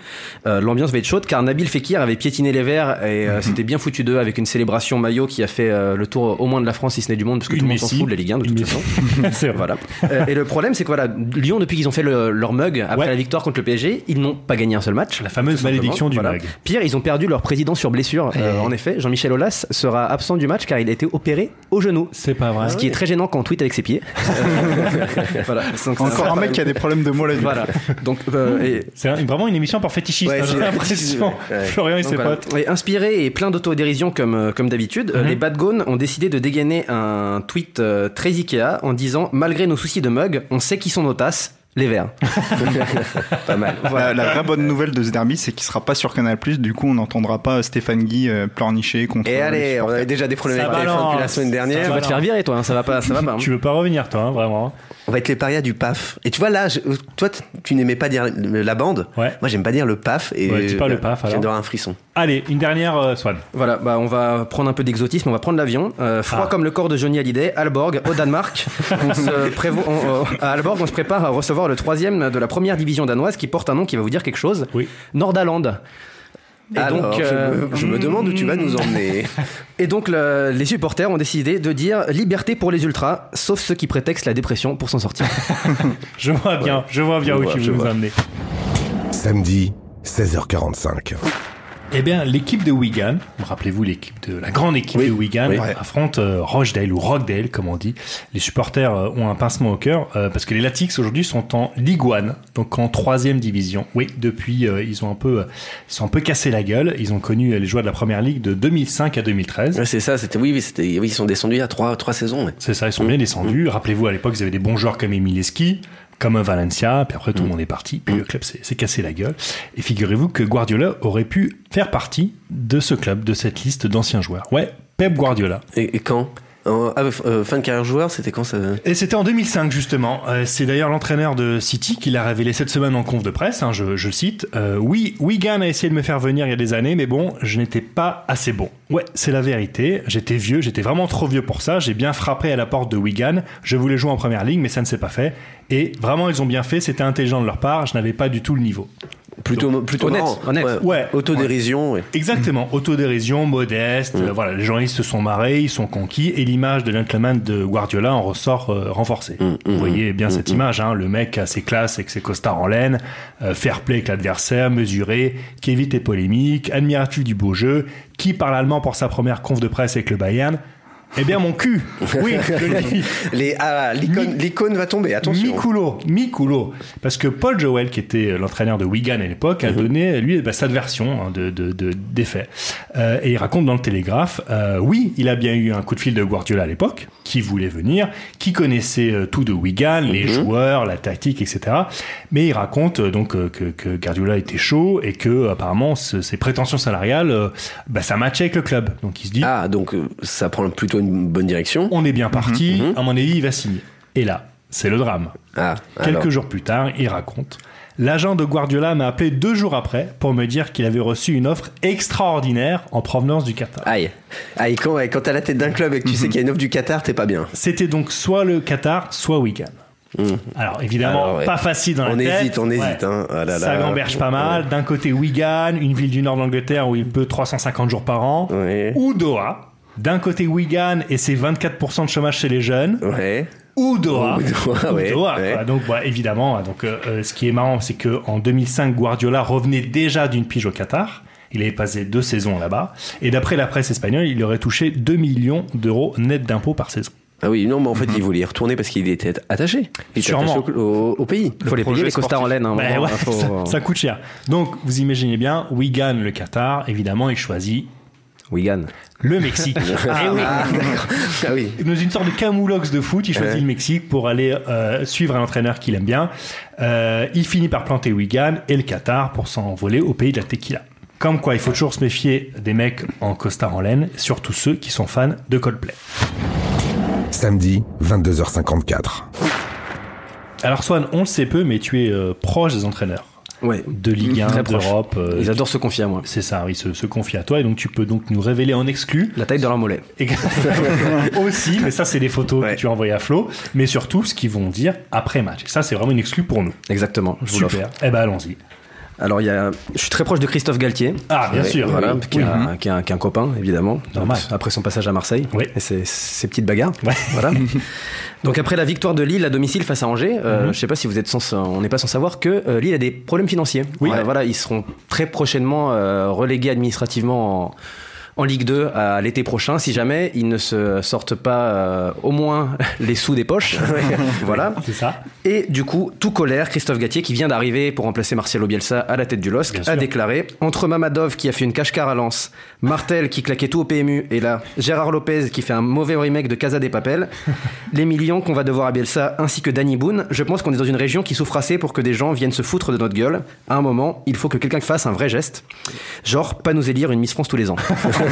[SPEAKER 9] euh, l'ambiance va être chaude car Nabil Fekir avait piétiné les verts et euh, c'était bien foutu d'eux avec une célébration maillot qui a fait euh, le tour au moins de la France si ce n'est du monde parce que
[SPEAKER 1] Une
[SPEAKER 9] tout le monde s'en
[SPEAKER 1] Messi.
[SPEAKER 9] fout de la Ligue 1 de
[SPEAKER 1] Une
[SPEAKER 9] toute
[SPEAKER 1] Messi.
[SPEAKER 9] façon.
[SPEAKER 1] (laughs) c'est vrai.
[SPEAKER 9] voilà. Euh, et le problème c'est que voilà, Lyon depuis qu'ils ont fait le- leur mug après
[SPEAKER 1] Ouais.
[SPEAKER 9] la victoire contre le PSG, ils n'ont pas gagné un seul match.
[SPEAKER 1] La fameuse
[SPEAKER 9] Tout simplement,
[SPEAKER 1] malédiction du
[SPEAKER 9] voilà.
[SPEAKER 1] mag.
[SPEAKER 9] Pire, ils ont perdu leur président sur blessure. Euh,
[SPEAKER 2] Eh.
[SPEAKER 9] en effet, Jean-Michel Aulas sera absent du match car il a été opéré au genou.
[SPEAKER 1] C'est pas vrai.
[SPEAKER 9] Ce qui est très gênant quand on tweet avec ses pieds. (laughs) voilà. Donc, ça-
[SPEAKER 8] Encore un mec qui a des problèmes de mollets.
[SPEAKER 9] Voilà. Donc, euh, et-
[SPEAKER 1] C'est un- vraiment une émission par fétichistes.
[SPEAKER 2] Ouais,
[SPEAKER 1] hein,
[SPEAKER 2] c'est
[SPEAKER 1] J'ai
[SPEAKER 2] vrai.
[SPEAKER 1] l'impression.
[SPEAKER 2] Ouais.
[SPEAKER 1] Florian et
[SPEAKER 9] donc
[SPEAKER 1] ses
[SPEAKER 9] voilà.
[SPEAKER 1] potes.
[SPEAKER 9] Et inspirés et plein d'autodérision comme, euh, comme d'habitude,
[SPEAKER 1] Mhm.
[SPEAKER 9] euh, les Badgones ont décidé de dégainer un tweet euh, très Ikea en disant Malgré nos soucis de mug, on sait qui sont nos tasses,
[SPEAKER 1] (laughs)
[SPEAKER 9] les verts. Pas mal.
[SPEAKER 8] La, la vraie bonne nouvelle de ce derby, c'est qu'il sera pas sur Canal+. Du coup, on n'entendra pas Stéphane Guy euh, pleurnicher contre.
[SPEAKER 2] Et
[SPEAKER 8] euh, les
[SPEAKER 2] allez, on
[SPEAKER 8] supporters.
[SPEAKER 2] avait déjà des problèmes
[SPEAKER 1] Ça
[SPEAKER 2] avec téléphone depuis la
[SPEAKER 1] balance.
[SPEAKER 2] semaine dernière.
[SPEAKER 9] Tu
[SPEAKER 1] Ça
[SPEAKER 9] vas te faire virer, toi, hein, ça va pas. Ça va pas hein.
[SPEAKER 1] Tu veux pas revenir, toi, hein, vraiment.
[SPEAKER 2] On va être les parias du PAF. Et tu vois, là, je- toi, t- tu n'aimais pas dire le- la bande.
[SPEAKER 1] Ouais.
[SPEAKER 2] Moi, j'aime pas dire le PAF. Et
[SPEAKER 1] Ouais, dis pas le PAF, alors.
[SPEAKER 2] J'adore un frisson.
[SPEAKER 1] Allez, une dernière, euh, Swan.
[SPEAKER 9] Voilà, bah on va prendre un peu d'exotisme, on va prendre l'avion. Euh, froid
[SPEAKER 1] Ah.
[SPEAKER 9] comme le corps de Johnny Hallyday, Alborg, au Danemark. on se prévo- on- euh, à Alborg, on se prépare à recevoir le troisième de la première division danoise qui porte un nom qui va vous dire quelque chose.
[SPEAKER 1] Oui.
[SPEAKER 9] Nordaland. Et
[SPEAKER 2] Alors,
[SPEAKER 9] donc,
[SPEAKER 2] je,
[SPEAKER 9] euh,
[SPEAKER 2] me, je me demande où tu vas
[SPEAKER 9] (laughs)
[SPEAKER 2] nous emmener.
[SPEAKER 9] et donc le- les supporters ont décidé de dire liberté pour les ultras, sauf ceux qui prétextent la dépression pour s'en sortir.
[SPEAKER 1] Je vois bien, je vois bien
[SPEAKER 2] Je
[SPEAKER 1] où
[SPEAKER 2] vois,
[SPEAKER 1] tu
[SPEAKER 2] je
[SPEAKER 1] veux nous
[SPEAKER 2] vois.
[SPEAKER 1] amener.
[SPEAKER 3] Samedi, 16h45.
[SPEAKER 1] Eh bien, l'équipe de Wigan, rappelez-vous l'équipe de la grande équipe
[SPEAKER 2] Oui,
[SPEAKER 1] de Wigan
[SPEAKER 2] oui.
[SPEAKER 1] affronte euh, Rochdale ou Rockdale, comme on dit. Les supporters euh, ont un pincement au cœur euh, parce que les Latics aujourd'hui sont en Ligue 1, donc en troisième division. Oui, depuis euh, ils ont un peu, euh, ils sont un peu cassé la gueule. Ils ont connu euh, les joueurs de la première ligue de 2005 à 2013.
[SPEAKER 2] Ouais, c'est ça, c'était. Oui, oui, c'était- oui, ils sont descendus il y a trois, trois saisons. ouais.
[SPEAKER 1] C'est ça, ils sont bien descendus. Rappelez-vous, à l'époque, ils avaient des bons joueurs comme Emileski, comme Valencia, puis après tout le monde est parti, puis le club s'est s'est cassé la gueule. Et figurez-vous que Guardiola aurait pu faire partie de ce club, de cette liste d'anciens joueurs. Ouais, Pep Guardiola.
[SPEAKER 2] Et, et quand En- ah, euh, Fin de carrière joueur, c'était quand ça
[SPEAKER 1] Et c'était en 2005 justement. Euh, c'est d'ailleurs l'entraîneur de City qui l'a révélé cette semaine en conf de presse. hein, je, je cite Euh, Oui, Wigan a essayé de me faire venir il y a des années, mais bon, je n'étais pas assez bon. Ouais, c'est la vérité. J'étais vieux, j'étais vraiment trop vieux pour ça. J'ai bien frappé à la porte de Wigan. Je voulais jouer en première ligne, mais ça ne s'est pas fait. Et vraiment, ils ont bien fait. C'était intelligent de leur part. Je n'avais pas du tout le niveau.
[SPEAKER 4] Plutôt, plutôt
[SPEAKER 2] Honnête,
[SPEAKER 4] marrant.
[SPEAKER 2] honnête.
[SPEAKER 1] Ouais.
[SPEAKER 4] Autodérision. ouais.
[SPEAKER 1] Exactement, autodérision, modeste. euh, voilà, les journalistes se sont marrés, ils sont conquis, et l'image de gentleman de Guardiola en ressort euh, renforcée. Vous voyez bien cette image, hein, le mec a ses classes avec ses costards en laine, euh, fair play avec l'adversaire, mesuré, qui évite les polémiques, admiratif du beau jeu, qui parle allemand pour sa première conf de presse avec le Bayern. Eh bien, mon cul Oui, je le dis.
[SPEAKER 4] Les, ah, l'icône, l'icône va tomber, attention.
[SPEAKER 1] Miculo, Miculo. Parce que Paul Joel, qui était l'entraîneur de Wigan à l'époque,
[SPEAKER 4] Mhm.
[SPEAKER 1] a donné, lui, bah, sa version hein, de, de, de- des faits. Euh, et il raconte dans le Télégraphe, euh, oui, il a bien eu un coup de fil de Guardiola à l'époque, qui voulait venir, qui connaissait euh, tout de Wigan,
[SPEAKER 4] Mhm.
[SPEAKER 1] les joueurs, la tactique, etc. Mais il raconte euh, donc euh, que, que Guardiola était chaud et que apparemment ce- ses prétentions salariales, euh, bah, ça matchait avec le club. Donc il se dit,
[SPEAKER 4] Ah, donc euh, ça prend plutôt une bonne direction.
[SPEAKER 1] on est bien parti,
[SPEAKER 4] Mhm.
[SPEAKER 1] à mon avis, il va signer. Et là, c'est le drame.
[SPEAKER 4] Ah,
[SPEAKER 1] Quelques
[SPEAKER 4] alors.
[SPEAKER 1] jours plus tard, il raconte L'agent de Guardiola m'a appelé deux jours après pour me dire qu'il avait reçu une offre extraordinaire en provenance du Qatar.
[SPEAKER 4] Aïe. Aïe, quand, ouais, quand t'as la tête d'un club et que tu
[SPEAKER 2] Mhm.
[SPEAKER 4] sais qu'il y a une offre du Qatar, t'es pas bien.
[SPEAKER 1] C'était donc soit le Qatar, soit Wigan. Alors évidemment,
[SPEAKER 4] Mmh. Alors, ouais.
[SPEAKER 1] pas facile dans la
[SPEAKER 4] On
[SPEAKER 1] tête.
[SPEAKER 4] hésite, on hésite, hein. Ah là
[SPEAKER 1] Ça
[SPEAKER 4] là.
[SPEAKER 1] gamberge pas mal. D'un côté Wigan, une ville du nord de l'Angleterre où il peut 350 jours par an,
[SPEAKER 4] Ouais.
[SPEAKER 1] ou Doha. D'un côté Wigan et ses 24% de chômage chez les jeunes,
[SPEAKER 4] Ouais.
[SPEAKER 1] ou Doha.
[SPEAKER 4] Ou Doha,
[SPEAKER 1] Ou
[SPEAKER 4] ouais,
[SPEAKER 1] Doha,
[SPEAKER 4] ouais.
[SPEAKER 1] quoi. Donc, bah, évidemment, donc, euh, euh, ce qui est marrant, c'est que en 2005, Guardiola revenait déjà d'une pige au Qatar. Il avait passé deux saisons là-bas. Et d'après la presse espagnole, il aurait touché 2 millions d'euros net d'impôts par saison.
[SPEAKER 4] Ah oui, non, mais en fait,
[SPEAKER 2] Mhm.
[SPEAKER 4] il voulait y retourner parce qu'il était attaché. Il était
[SPEAKER 1] Sûrement.
[SPEAKER 4] attaché au, au- au pays.
[SPEAKER 2] Faut les payer les costards en laine. hein, à un
[SPEAKER 1] Bah
[SPEAKER 2] moment,
[SPEAKER 1] ouais,
[SPEAKER 2] hein, faut-
[SPEAKER 1] ça, ça coûte cher. Donc, vous imaginez bien, Wigan, le Qatar, évidemment, il choisit
[SPEAKER 2] Wigan. (laughs)
[SPEAKER 1] le Mexique. Eh oui.
[SPEAKER 4] Ah, d'accord. (laughs) Ah oui.
[SPEAKER 1] Dans une sorte de camoulox de foot, il choisit le Mexique pour aller euh, suivre un entraîneur qu'il aime bien. Euh, il finit par planter Wigan et le Qatar pour s'envoler au pays de la tequila. Comme quoi, il faut toujours se méfier des mecs en costard en laine, surtout ceux qui sont fans de Coldplay.
[SPEAKER 3] Samedi, 22h54.
[SPEAKER 1] Alors Swan, on le sait peu, mais tu es euh, proche des entraîneurs
[SPEAKER 2] Ouais.
[SPEAKER 1] de Ligue 1,
[SPEAKER 2] Très proche.
[SPEAKER 1] d'Europe. euh,
[SPEAKER 2] Ils adorent se confier à moi.
[SPEAKER 1] c'est ça, ils se, se confient à toi et donc tu peux donc nous révéler en exclu (laughs)
[SPEAKER 2] La taille de leur mollet.
[SPEAKER 1] Et que- aussi, mais ça c'est des photos
[SPEAKER 4] Ouais.
[SPEAKER 1] que tu as envoyées à Flo, mais surtout ce qu'ils vont dire après match. Et ça c'est vraiment une exclu pour nous.
[SPEAKER 2] Exactement. Je vous l'offre.
[SPEAKER 1] Super. Eh ben allons-y.
[SPEAKER 2] Alors, il y a, je suis très proche de Christophe Galtier.
[SPEAKER 1] Ah, bien
[SPEAKER 2] Ouais,
[SPEAKER 1] sûr.
[SPEAKER 2] Voilà,
[SPEAKER 1] Oui,
[SPEAKER 2] qui, est un- qui est un, qui est un copain, évidemment.
[SPEAKER 1] Normal.
[SPEAKER 2] Après son passage à Marseille.
[SPEAKER 1] Oui.
[SPEAKER 2] Et ses, ses petites bagarres.
[SPEAKER 1] Ouais. (laughs)
[SPEAKER 2] Voilà. Donc, après la victoire de Lille à domicile face à Angers, euh,
[SPEAKER 1] Mhm.
[SPEAKER 2] je sais pas si vous êtes sans, on n'est pas sans savoir que euh, Lille a des problèmes financiers.
[SPEAKER 1] Oui.
[SPEAKER 2] Euh, voilà, ils seront très prochainement euh, relégués administrativement en. en Ligue 2 à l'été prochain, si jamais ils ne se sortent pas euh, au moins (laughs) les sous des poches. (laughs) voilà.
[SPEAKER 1] C'est ça.
[SPEAKER 2] Et du coup, tout colère, Christophe Gatier, qui vient d'arriver pour remplacer Marcelo Bielsa à la tête du LOSC,
[SPEAKER 1] Bien
[SPEAKER 2] a
[SPEAKER 1] sûr.
[SPEAKER 2] déclaré Entre Mamadov qui a fait une cache-car à Lens, Martel qui claquait tout au PMU, et là, Gérard Lopez qui fait un mauvais remake de Casa des
[SPEAKER 1] (laughs)
[SPEAKER 2] Papel, les millions qu'on va devoir à Bielsa ainsi que Danny Boone, je pense qu'on est dans une région qui souffre assez pour que des gens viennent se foutre de notre gueule. À un moment, il faut que quelqu'un fasse un vrai geste. Genre, pas nous élire une Miss France tous
[SPEAKER 1] (laughs)
[SPEAKER 2] les ans. (laughs)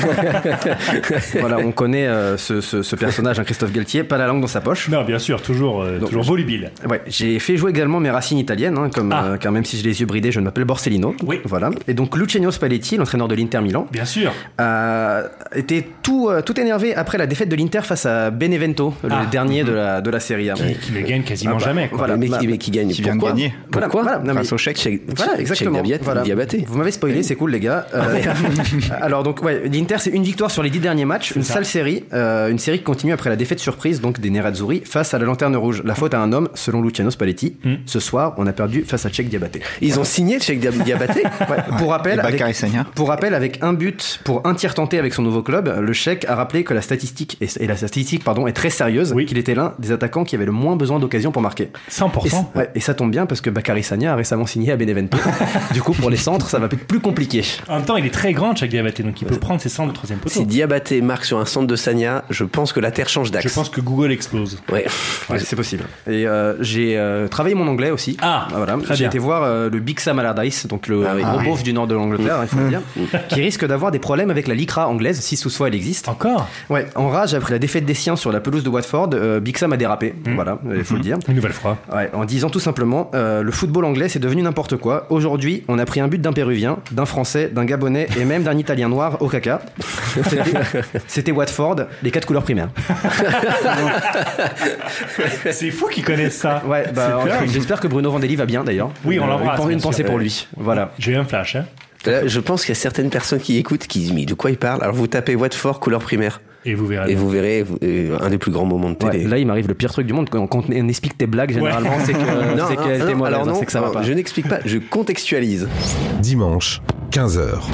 [SPEAKER 2] voilà, on connaît euh, ce, ce- ce personnage, hein, Christophe Galtier, pas la langue dans sa poche.
[SPEAKER 1] Non, bien sûr, toujours, euh,
[SPEAKER 2] Donc,
[SPEAKER 1] toujours
[SPEAKER 2] je-
[SPEAKER 1] volubile.
[SPEAKER 2] Ouais, j'ai fait jouer également mes racines italiennes, hein, comme,
[SPEAKER 1] Ah.
[SPEAKER 2] euh, car même si j'ai les yeux bridés, je m'appelle Borsellino.
[SPEAKER 1] Oui.
[SPEAKER 2] Voilà. Et donc Luciano Spalletti, l'entraîneur de l'Inter Milan,
[SPEAKER 1] Bien sûr.
[SPEAKER 2] a été tout, euh, tout énervé après la défaite de l'Inter face à Benevento, le
[SPEAKER 1] Ah.
[SPEAKER 2] dernier de la, de la Série A.
[SPEAKER 1] Qui, qui ne gagne quasiment
[SPEAKER 2] Ah bah,
[SPEAKER 1] jamais. quoi.
[SPEAKER 2] voilà.
[SPEAKER 4] mais,
[SPEAKER 2] bah,
[SPEAKER 4] qui, mais qui gagne.
[SPEAKER 8] qui vient de
[SPEAKER 4] Pourquoi
[SPEAKER 8] gagner.
[SPEAKER 2] Voilà,
[SPEAKER 4] Pourquoi
[SPEAKER 2] voilà, non, mais-
[SPEAKER 4] Face au chèque. Chèque-
[SPEAKER 2] Voilà,
[SPEAKER 4] chèque
[SPEAKER 2] exactement.
[SPEAKER 4] Diabiate,
[SPEAKER 2] Voilà.
[SPEAKER 4] Diabaté. Ah
[SPEAKER 2] Vous m'avez spoilé, c'est cool les gars. Euh, (laughs) alors donc ouais, l'Inter c'est une victoire sur les dix derniers matchs, une
[SPEAKER 1] ça.
[SPEAKER 2] sale série, euh, une série qui continue après la défaite surprise donc des Nerazzurri face à la Lanterne Rouge. La faute à un homme, selon Luciano Spalletti. Ce soir, on a perdu face à Tchèque Diabaté.
[SPEAKER 4] Hmm. Ils ont signé le chèque Diab- Diabaté.
[SPEAKER 2] (laughs) Ouais, Pour rappel,
[SPEAKER 8] Et
[SPEAKER 2] avec,
[SPEAKER 8] Bakary Sagna.
[SPEAKER 2] pour rappel, avec un but pour un tir tenté avec son nouveau club, le Chèque a rappelé que la statistique est, et la statistique pardon est très sérieuse,
[SPEAKER 1] Oui.
[SPEAKER 2] qu'il était l'un des attaquants qui avait le moins besoin d'occasion pour marquer. Et,
[SPEAKER 1] 100%.
[SPEAKER 2] ouais, et ça tombe bien parce que Bakary Sagna a récemment signé à Benevento.
[SPEAKER 1] (laughs)
[SPEAKER 2] du coup, pour les centres, ça va être plus compliqué.
[SPEAKER 1] En même temps, il est très grand, chaque Diabaté, donc il peut prendre ses 100 de troisième
[SPEAKER 4] Si
[SPEAKER 1] poteau.
[SPEAKER 4] Diabaté marque sur un centre de Sagna, je pense que la Terre change
[SPEAKER 1] Je
[SPEAKER 4] d'axe.
[SPEAKER 1] pense que Google explose.
[SPEAKER 4] Ouais. (laughs)
[SPEAKER 2] Ouais, c'est possible. Et euh, j'ai euh, travaillé mon anglais aussi.
[SPEAKER 1] Ah,
[SPEAKER 2] voilà.
[SPEAKER 1] très
[SPEAKER 2] J'ai
[SPEAKER 1] bien.
[SPEAKER 2] été voir euh, le Big Sam Allardyce, donc le
[SPEAKER 4] Ah oui.
[SPEAKER 2] gros
[SPEAKER 4] Ah oui. Mm.
[SPEAKER 2] beauf du nord de l'Angleterre, il faut le dire, qui risque d'avoir des problèmes avec la lycra anglaise, si sous elle existe.
[SPEAKER 1] Encore
[SPEAKER 2] Ouais, en rage après la défaite des siens sur la pelouse de Watford, euh, Big Sam a dérapé.
[SPEAKER 1] Mm.
[SPEAKER 2] Voilà, il faut le dire.
[SPEAKER 1] Une nouvelle fois.
[SPEAKER 2] Ouais, en disant tout simplement, euh, le football anglais c'est devenu n'importe quoi. Aujourd'hui, on a pris un but d'un Péruvien, d'un Français, d'un Gabonais et même d'un Italien noir au caca.
[SPEAKER 9] gars, c'était- c'était Watford, les quatre couleurs primaires.
[SPEAKER 1] C'est fou qu'ils connaissent ça.
[SPEAKER 9] Ouais, bah,
[SPEAKER 1] C'est
[SPEAKER 9] alors,
[SPEAKER 1] dingue.
[SPEAKER 9] j'espère que Bruno Vandelli va bien d'ailleurs.
[SPEAKER 1] Oui, on
[SPEAKER 9] Euh,
[SPEAKER 1] l'embrasse,
[SPEAKER 9] une pen-
[SPEAKER 1] bien
[SPEAKER 9] Une pensée
[SPEAKER 1] sûr.
[SPEAKER 9] pour lui. Voilà.
[SPEAKER 1] J'ai eu un flash. hein.
[SPEAKER 2] Là, je pense qu'il y a certaines personnes qui écoutent qui disent mais de quoi il parle Alors vous tapez Watford couleur primaire
[SPEAKER 1] Et vous verrez.
[SPEAKER 2] et vous verrez vous- euh, un des plus grands moments de
[SPEAKER 9] Ouais,
[SPEAKER 2] télé.
[SPEAKER 9] là, il m'arrive le pire truc du monde quand, quand on explique tes blagues généralement, c'est que
[SPEAKER 2] Non,
[SPEAKER 9] c'est
[SPEAKER 2] non,
[SPEAKER 9] qu'elle
[SPEAKER 2] non,
[SPEAKER 9] était mauvaise,
[SPEAKER 2] alors
[SPEAKER 9] hein,
[SPEAKER 2] non,
[SPEAKER 9] c'est que ça va
[SPEAKER 2] non,
[SPEAKER 9] pas.
[SPEAKER 2] je n'explique pas, je contextualise.
[SPEAKER 3] Dimanche, 15h.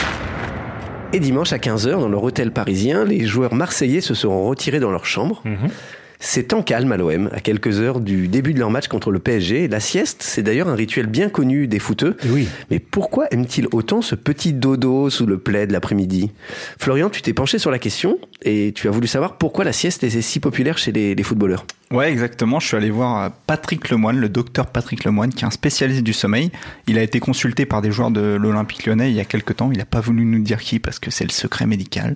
[SPEAKER 2] Et dimanche à 15h, dans leur hôtel parisien, les joueurs marseillais se seront retirés dans leur chambre. C'est en calme à l'OM, à quelques heures du début de leur match contre le PSG. La sieste, c'est d'ailleurs un rituel bien connu des footeux.
[SPEAKER 1] Oui.
[SPEAKER 2] Mais pourquoi aiment-ils autant ce petit dodo sous le plaid l'après-midi Florian, tu t'es penché sur la question et tu as voulu savoir pourquoi la sieste était si populaire chez les, les footballeurs.
[SPEAKER 8] Ouais, exactement. Je suis allé voir euh, Patrick Lemoine, le docteur Patrick Lemoine, qui est un spécialiste du sommeil. Il a été consulté par des joueurs de l'Olympique lyonnais il y a quelques temps. Il n'a pas voulu nous dire qui parce que c'est le secret médical.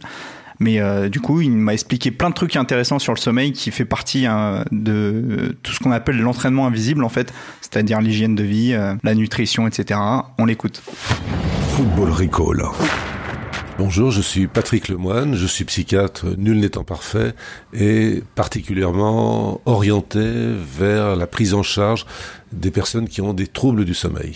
[SPEAKER 8] Mais euh, du coup, il m'a expliqué plein de trucs intéressants sur le sommeil qui fait partie hein, de euh, tout ce qu'on appelle l'entraînement invisible, en fait, c'est-à-dire l'hygiène de vie, euh, la nutrition, etc. On l'écoute.
[SPEAKER 3] Football Recall.
[SPEAKER 4] Bonjour, je suis Patrick Lemoine, je suis psychiatre, nul n'étant parfait, et particulièrement orienté vers la prise en charge des personnes qui ont des troubles du sommeil.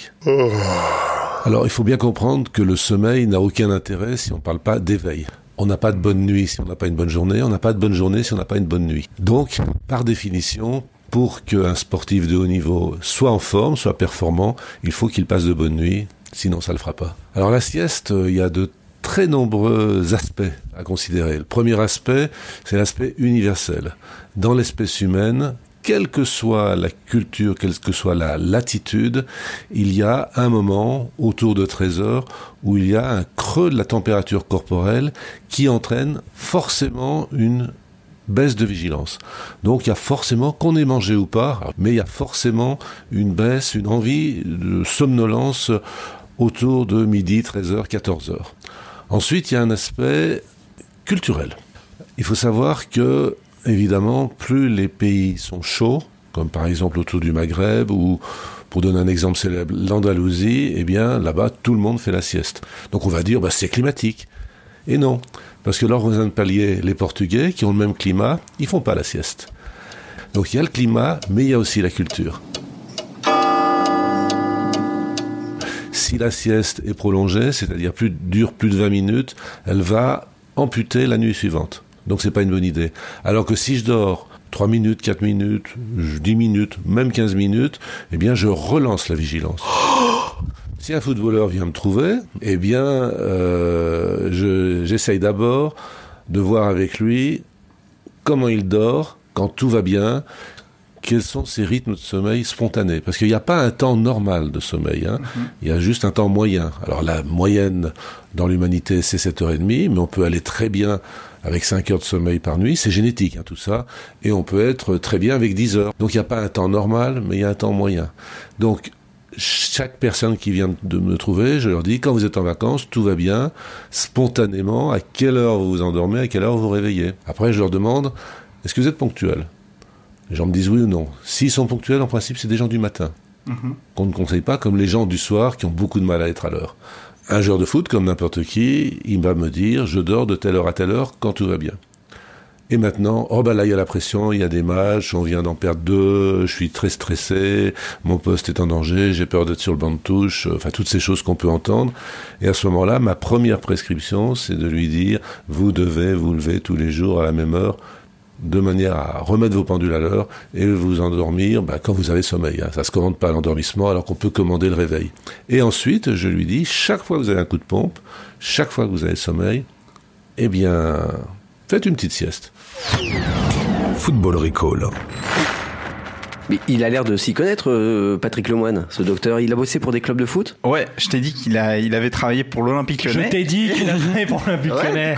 [SPEAKER 4] Alors, il faut bien comprendre que le sommeil n'a aucun intérêt si on ne parle pas d'éveil. On n'a pas de bonne nuit si on n'a pas une bonne journée, on n'a pas de bonne journée si on n'a pas une bonne nuit. Donc, par définition, pour qu'un sportif de haut niveau soit en forme, soit performant, il faut qu'il passe de bonnes nuits, sinon ça ne le fera pas. Alors la sieste, euh, il y a de très nombreux aspects à considérer. Le premier aspect, c'est l'aspect universel. Dans l'espèce humaine, quelle que soit la culture, quelle que soit la latitude, il y a un moment autour de 13 heures où il y a un creux de la température corporelle qui entraîne forcément une baisse de vigilance. Donc il y a forcément, qu'on ait mangé ou pas, mais il y a forcément une baisse, une envie de somnolence autour de midi, 13h, 14h. Ensuite, il y a un aspect culturel. Il faut savoir que, évidemment, plus les pays sont chauds, comme par exemple autour du Maghreb, ou pour donner un exemple célèbre, l'Andalousie, eh bien là-bas, tout le monde fait la sieste. Donc on va dire, bah, c'est climatique. Et non, parce que leurs voisins de palier, les Portugais, qui ont le même climat, ils font pas la sieste. Donc il y a le climat, mais il y a aussi la culture. Si la sieste est prolongée, c'est-à-dire plus, dure plus de 20 minutes, elle va amputer la nuit suivante. Donc c'est pas une bonne idée. Alors que si je dors 3 minutes, 4 minutes, 10 minutes, même 15 minutes, eh bien je relance la vigilance. Si un footballeur vient me trouver, eh bien, euh, je- j'essaye d'abord de voir avec lui comment il dort, quand tout va bien, quels sont ses rythmes de sommeil spontanés. Parce qu'il n'y a pas un temps normal de sommeil, hein. il y a juste un temps moyen. Alors la moyenne dans l'humanité, c'est 7h30, mais on peut aller très bien avec 5 heures de sommeil par nuit, c'est génétique hein, tout ça, et on peut être très bien avec 10 heures. Donc il n'y a pas un temps normal, mais il y a un temps moyen. Donc chaque personne qui vient de me trouver, je leur dis, quand vous êtes en vacances, tout va bien, spontanément, à quelle heure vous vous endormez, à quelle heure vous vous réveillez. Après, je leur demande, est-ce que vous êtes ponctuel Les gens me disent oui ou non. S'ils sont ponctuels, en principe, c'est des gens du matin, qu'on ne conseille pas, comme les gens du soir qui ont beaucoup de mal à être à l'heure. Un joueur de foot, comme n'importe qui, il va me dire, je dors de telle heure à telle heure quand tout va bien. Et maintenant, oh bah là, il y a la pression, il y a des matchs, on vient d'en perdre deux, je suis très stressé, mon poste est en danger, j'ai peur d'être sur le banc de touche, euh, enfin toutes ces choses qu'on peut entendre. Et à ce moment-là, ma première prescription, c'est de lui dire, vous devez vous lever tous les jours à la même heure, de manière à remettre vos pendules à l'heure et vous endormir bah, quand vous avez sommeil. hein. Ça se commande pas à l'endormissement alors qu'on peut commander le réveil. Et ensuite, je lui dis, chaque fois que vous avez un coup de pompe, chaque fois que vous avez sommeil, eh bien, faites une petite sieste.
[SPEAKER 3] Football Recall.
[SPEAKER 2] Mais il a l'air de s'y connaître, euh, Patrick Lemoine, ce docteur. Il a bossé pour des clubs de foot
[SPEAKER 8] Ouais, je t'ai dit qu'il a, il avait travaillé pour l'Olympique
[SPEAKER 1] Je
[SPEAKER 8] lyonnais.
[SPEAKER 1] t'ai dit qu'il avait pour la Buchanan.
[SPEAKER 8] Et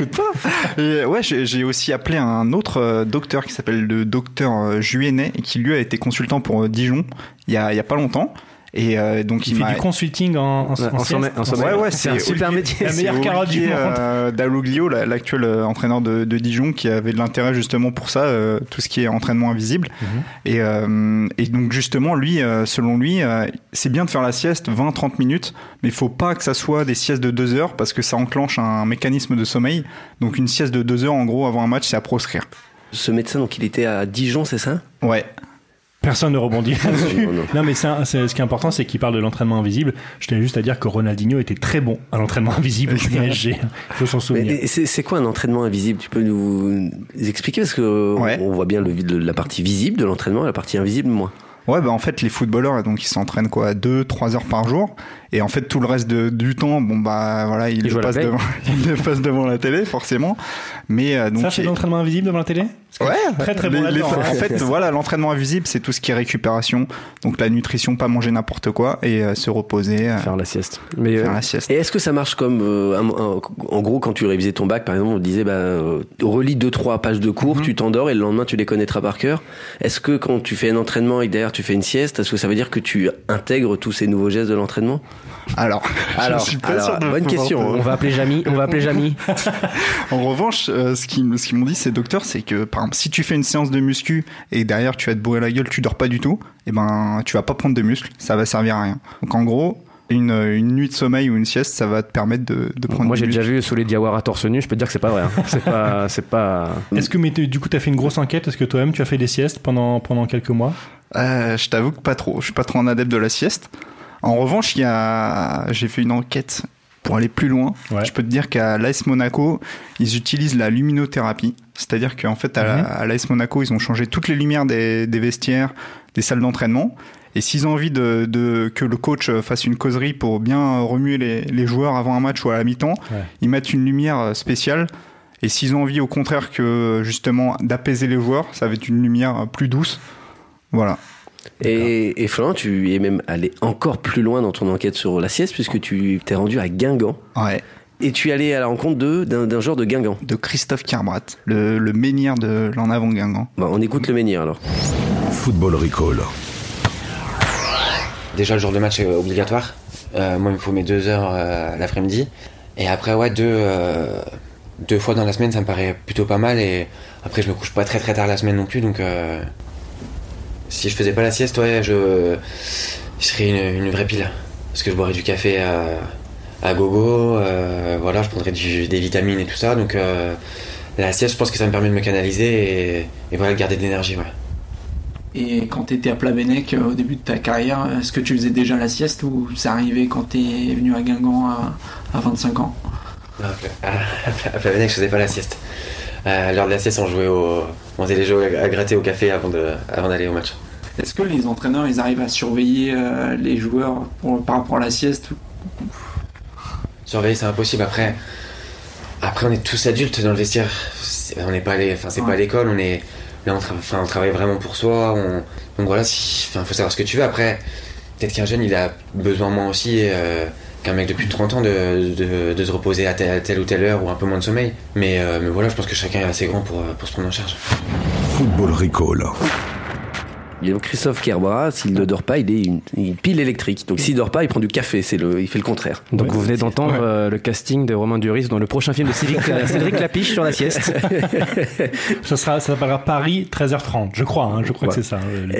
[SPEAKER 8] euh, ouais, j'ai j'ai aussi appelé un autre euh, docteur qui s'appelle le docteur euh, Juénet et qui lui a été consultant pour euh, Dijon il y a, il y a pas longtemps. Et euh, donc,
[SPEAKER 1] Qui fait
[SPEAKER 8] m'a-
[SPEAKER 1] du consulting en, en,
[SPEAKER 9] Ouais, en sommeil- en sommeil.
[SPEAKER 8] Ouais, ouais,
[SPEAKER 9] c'est un
[SPEAKER 8] c'est
[SPEAKER 9] super métier.
[SPEAKER 1] la
[SPEAKER 8] C'est
[SPEAKER 1] meilleure carotte du
[SPEAKER 8] Olivier,
[SPEAKER 1] monde.
[SPEAKER 8] euh, Dalloglio, la- l'actuel euh, entraîneur de, de Dijon, qui avait de l'intérêt justement pour ça, euh, tout ce qui est entraînement invisible. et, euh, et donc justement, lui, euh, selon lui, euh, c'est bien de faire la sieste 20-30 minutes, mais il faut pas que ça soit des siestes de 2 heures parce que ça enclenche un mécanisme de sommeil. Donc une sieste de 2 heures, en gros, avant un match, c'est à proscrire.
[SPEAKER 2] Ce médecin, donc, il était à Dijon, c'est ça
[SPEAKER 8] Ouais.
[SPEAKER 1] Personne ne rebondit là-dessus.
[SPEAKER 2] Non, non.
[SPEAKER 1] Non, mais c'est un- c'est- ce qui est important, c'est qu'il parle de l'entraînement invisible. Je tenais juste à dire que Ronaldinho était très bon à l'entraînement invisible au PSG. Il faut s'en
[SPEAKER 2] Mais
[SPEAKER 1] souvenir.
[SPEAKER 2] et c'est c'est quoi un entraînement invisible Tu peux nous expliquer Parce que euh,
[SPEAKER 8] Ouais.
[SPEAKER 2] on voit bien le, le- la partie visible de l'entraînement et la partie invisible, moins.
[SPEAKER 8] Ouais, bah en fait, les footballeurs, donc ils s'entraînent quoi, 2-3 heures par jour. Et en fait, tout le reste de- du temps, bon bah voilà, ils,
[SPEAKER 9] jouent
[SPEAKER 8] le
[SPEAKER 9] à la
[SPEAKER 8] passent
[SPEAKER 9] play.
[SPEAKER 8] devant, (laughs) ils le passent devant la télé, forcément. Mais euh, donc.
[SPEAKER 1] Ça, c'est
[SPEAKER 8] et-
[SPEAKER 1] l'entraînement invisible devant la télé
[SPEAKER 8] Ouais,
[SPEAKER 1] Très, très bon
[SPEAKER 8] Les- les-
[SPEAKER 1] là-dedans, hein. (laughs)
[SPEAKER 8] En fait, voilà, l'entraînement invisible, c'est tout ce qui est récupération. Donc la nutrition, pas manger n'importe quoi et euh, se reposer, euh, faire,
[SPEAKER 9] Faire la sieste. Mais euh,
[SPEAKER 8] la sieste.
[SPEAKER 2] Et est-ce que ça marche comme, euh, un- un- en gros, quand tu révisais ton bac, par exemple, on te disait, bah, euh, relis deux trois pages de
[SPEAKER 8] Mhm.
[SPEAKER 2] cours, tu t'endors et le lendemain tu les connaîtras par cœur. Est-ce que quand tu fais un entraînement et que derrière tu fais une sieste, est-ce que ça veut dire que tu intègres tous ces nouveaux gestes de l'entraînement
[SPEAKER 8] Alors, (laughs)
[SPEAKER 2] Alors,
[SPEAKER 8] je suis pas
[SPEAKER 2] alors,
[SPEAKER 8] sûr de
[SPEAKER 2] bonne
[SPEAKER 8] pouvoir
[SPEAKER 2] question, hein.
[SPEAKER 8] te-
[SPEAKER 9] on va appeler Jamy. On va appeler Jamy.
[SPEAKER 8] En revanche, euh, ce qu'ils ce qu'ils m'ont dit, ces docteurs, c'est que par exemple, si tu fais une séance de muscu et derrière tu vas te bourrer la gueule, tu dors pas du tout, et ben tu vas pas prendre de muscles, ça va servir à rien. Donc en gros, une, une nuit de sommeil ou une sieste, ça va te permettre de, de prendre.
[SPEAKER 9] Moi,
[SPEAKER 8] des
[SPEAKER 9] j'ai déjà
[SPEAKER 8] muscles.
[SPEAKER 9] vu Souley Diawara torse nu. Je peux te dire que c'est pas vrai. hein. C'est pas. (laughs) C'est pas.
[SPEAKER 1] Est-ce que, mais t'es- du coup, t'as fait une grosse enquête Est-ce que toi-même, tu as fait des siestes pendant, pendant quelques mois
[SPEAKER 8] Euh, je t'avoue que pas trop. Je suis pas trop un adepte de la sieste. En revanche, il y a, j'ai fait une enquête pour aller plus loin.
[SPEAKER 1] Ouais.
[SPEAKER 8] Je peux te dire qu'à l'AS Monaco, ils utilisent la luminothérapie. C'est-à-dire qu'en fait, à,
[SPEAKER 1] Mhm.
[SPEAKER 8] à l'AS Monaco, ils ont changé toutes les lumières des, des vestiaires, des salles d'entraînement. Et s'ils ont envie de, de- que le coach fasse une causerie pour bien remuer les, les joueurs avant un match ou à la mi-temps,
[SPEAKER 1] Ouais.
[SPEAKER 8] ils mettent une lumière euh, spéciale. Et s'ils ont envie, au contraire, que justement d'apaiser les joueurs, ça va être une lumière euh, plus douce. Voilà.
[SPEAKER 2] Et, et Florent, tu es même allé encore plus loin dans ton enquête sur la sieste puisque tu t'es rendu à Guingamp
[SPEAKER 8] Ouais.
[SPEAKER 2] et tu es allé à la rencontre de- d'un d'un joueur de Guingamp.
[SPEAKER 8] de Christophe Carbrat, le, le menhir de l'en avant Guingamp.
[SPEAKER 2] Bon, on écoute le menhir alors.
[SPEAKER 3] Football Recall.
[SPEAKER 10] Déjà le jour de match est obligatoire. Euh, moi, il me faut mes deux heures euh, l'après-midi. Et après, ouais, deux, euh, deux fois dans la semaine, ça me paraît plutôt pas mal. Et après, je me couche pas très très tard la semaine non plus. Donc, euh, si je faisais pas la sieste, ouais, je, je serais une, une vraie pile. Parce que je boirais du café à, à gogo. euh, voilà, je prendrais du- des vitamines et tout ça. Donc, euh, la sieste, je pense que ça me permet de me canaliser et, et voilà, de garder de l'énergie, ouais.
[SPEAKER 11] Et quand tu étais à Plabennec euh, au début de ta carrière, est-ce que tu faisais déjà la sieste ou ça arrivait quand tu es venu à Guingamp à, à 25 ans
[SPEAKER 10] Non, à Pla- à Plavenec, je faisais pas la sieste. Euh, À l'heure de la sieste, on jouait au. On faisait les jeux à gratter au café avant de- avant d'aller au match.
[SPEAKER 11] Est-ce que les entraîneurs ils arrivent à surveiller euh, les joueurs pour- par rapport à la sieste
[SPEAKER 10] Surveiller, c'est impossible. Après, après, on est tous adultes dans le vestiaire. C'est- On n'est pas allé, enfin, c'est pas à l'école. On est là, on, tra- enfin, on travaille vraiment pour soi. on- donc voilà, si, enfin, faut savoir ce que tu veux. Après, peut-être qu'un jeune, il a besoin moins aussi euh, qu'un mec de plus de 30 ans de, de- de se reposer à telle, à telle ou telle heure ou un peu moins de sommeil. Mais, euh, mais voilà, je pense que chacun est assez grand pour, euh, pour se prendre en charge.
[SPEAKER 3] Football Recall.
[SPEAKER 2] Il y a donc Christophe Kerbra, s'il ne dort pas, il est une, une pile électrique. Donc s'il dort pas, il prend du café, c'est le, il fait le contraire.
[SPEAKER 9] Donc vous venez d'entendre
[SPEAKER 8] Ouais.
[SPEAKER 9] euh, le casting de Romain Duris dans le prochain film de Cédric, Cédric Lapiche sur la sieste.
[SPEAKER 1] Ça sera, ça s'appellera Paris 13h30, je crois. hein, je crois que
[SPEAKER 2] Ouais.
[SPEAKER 1] c'est ça. euh, le-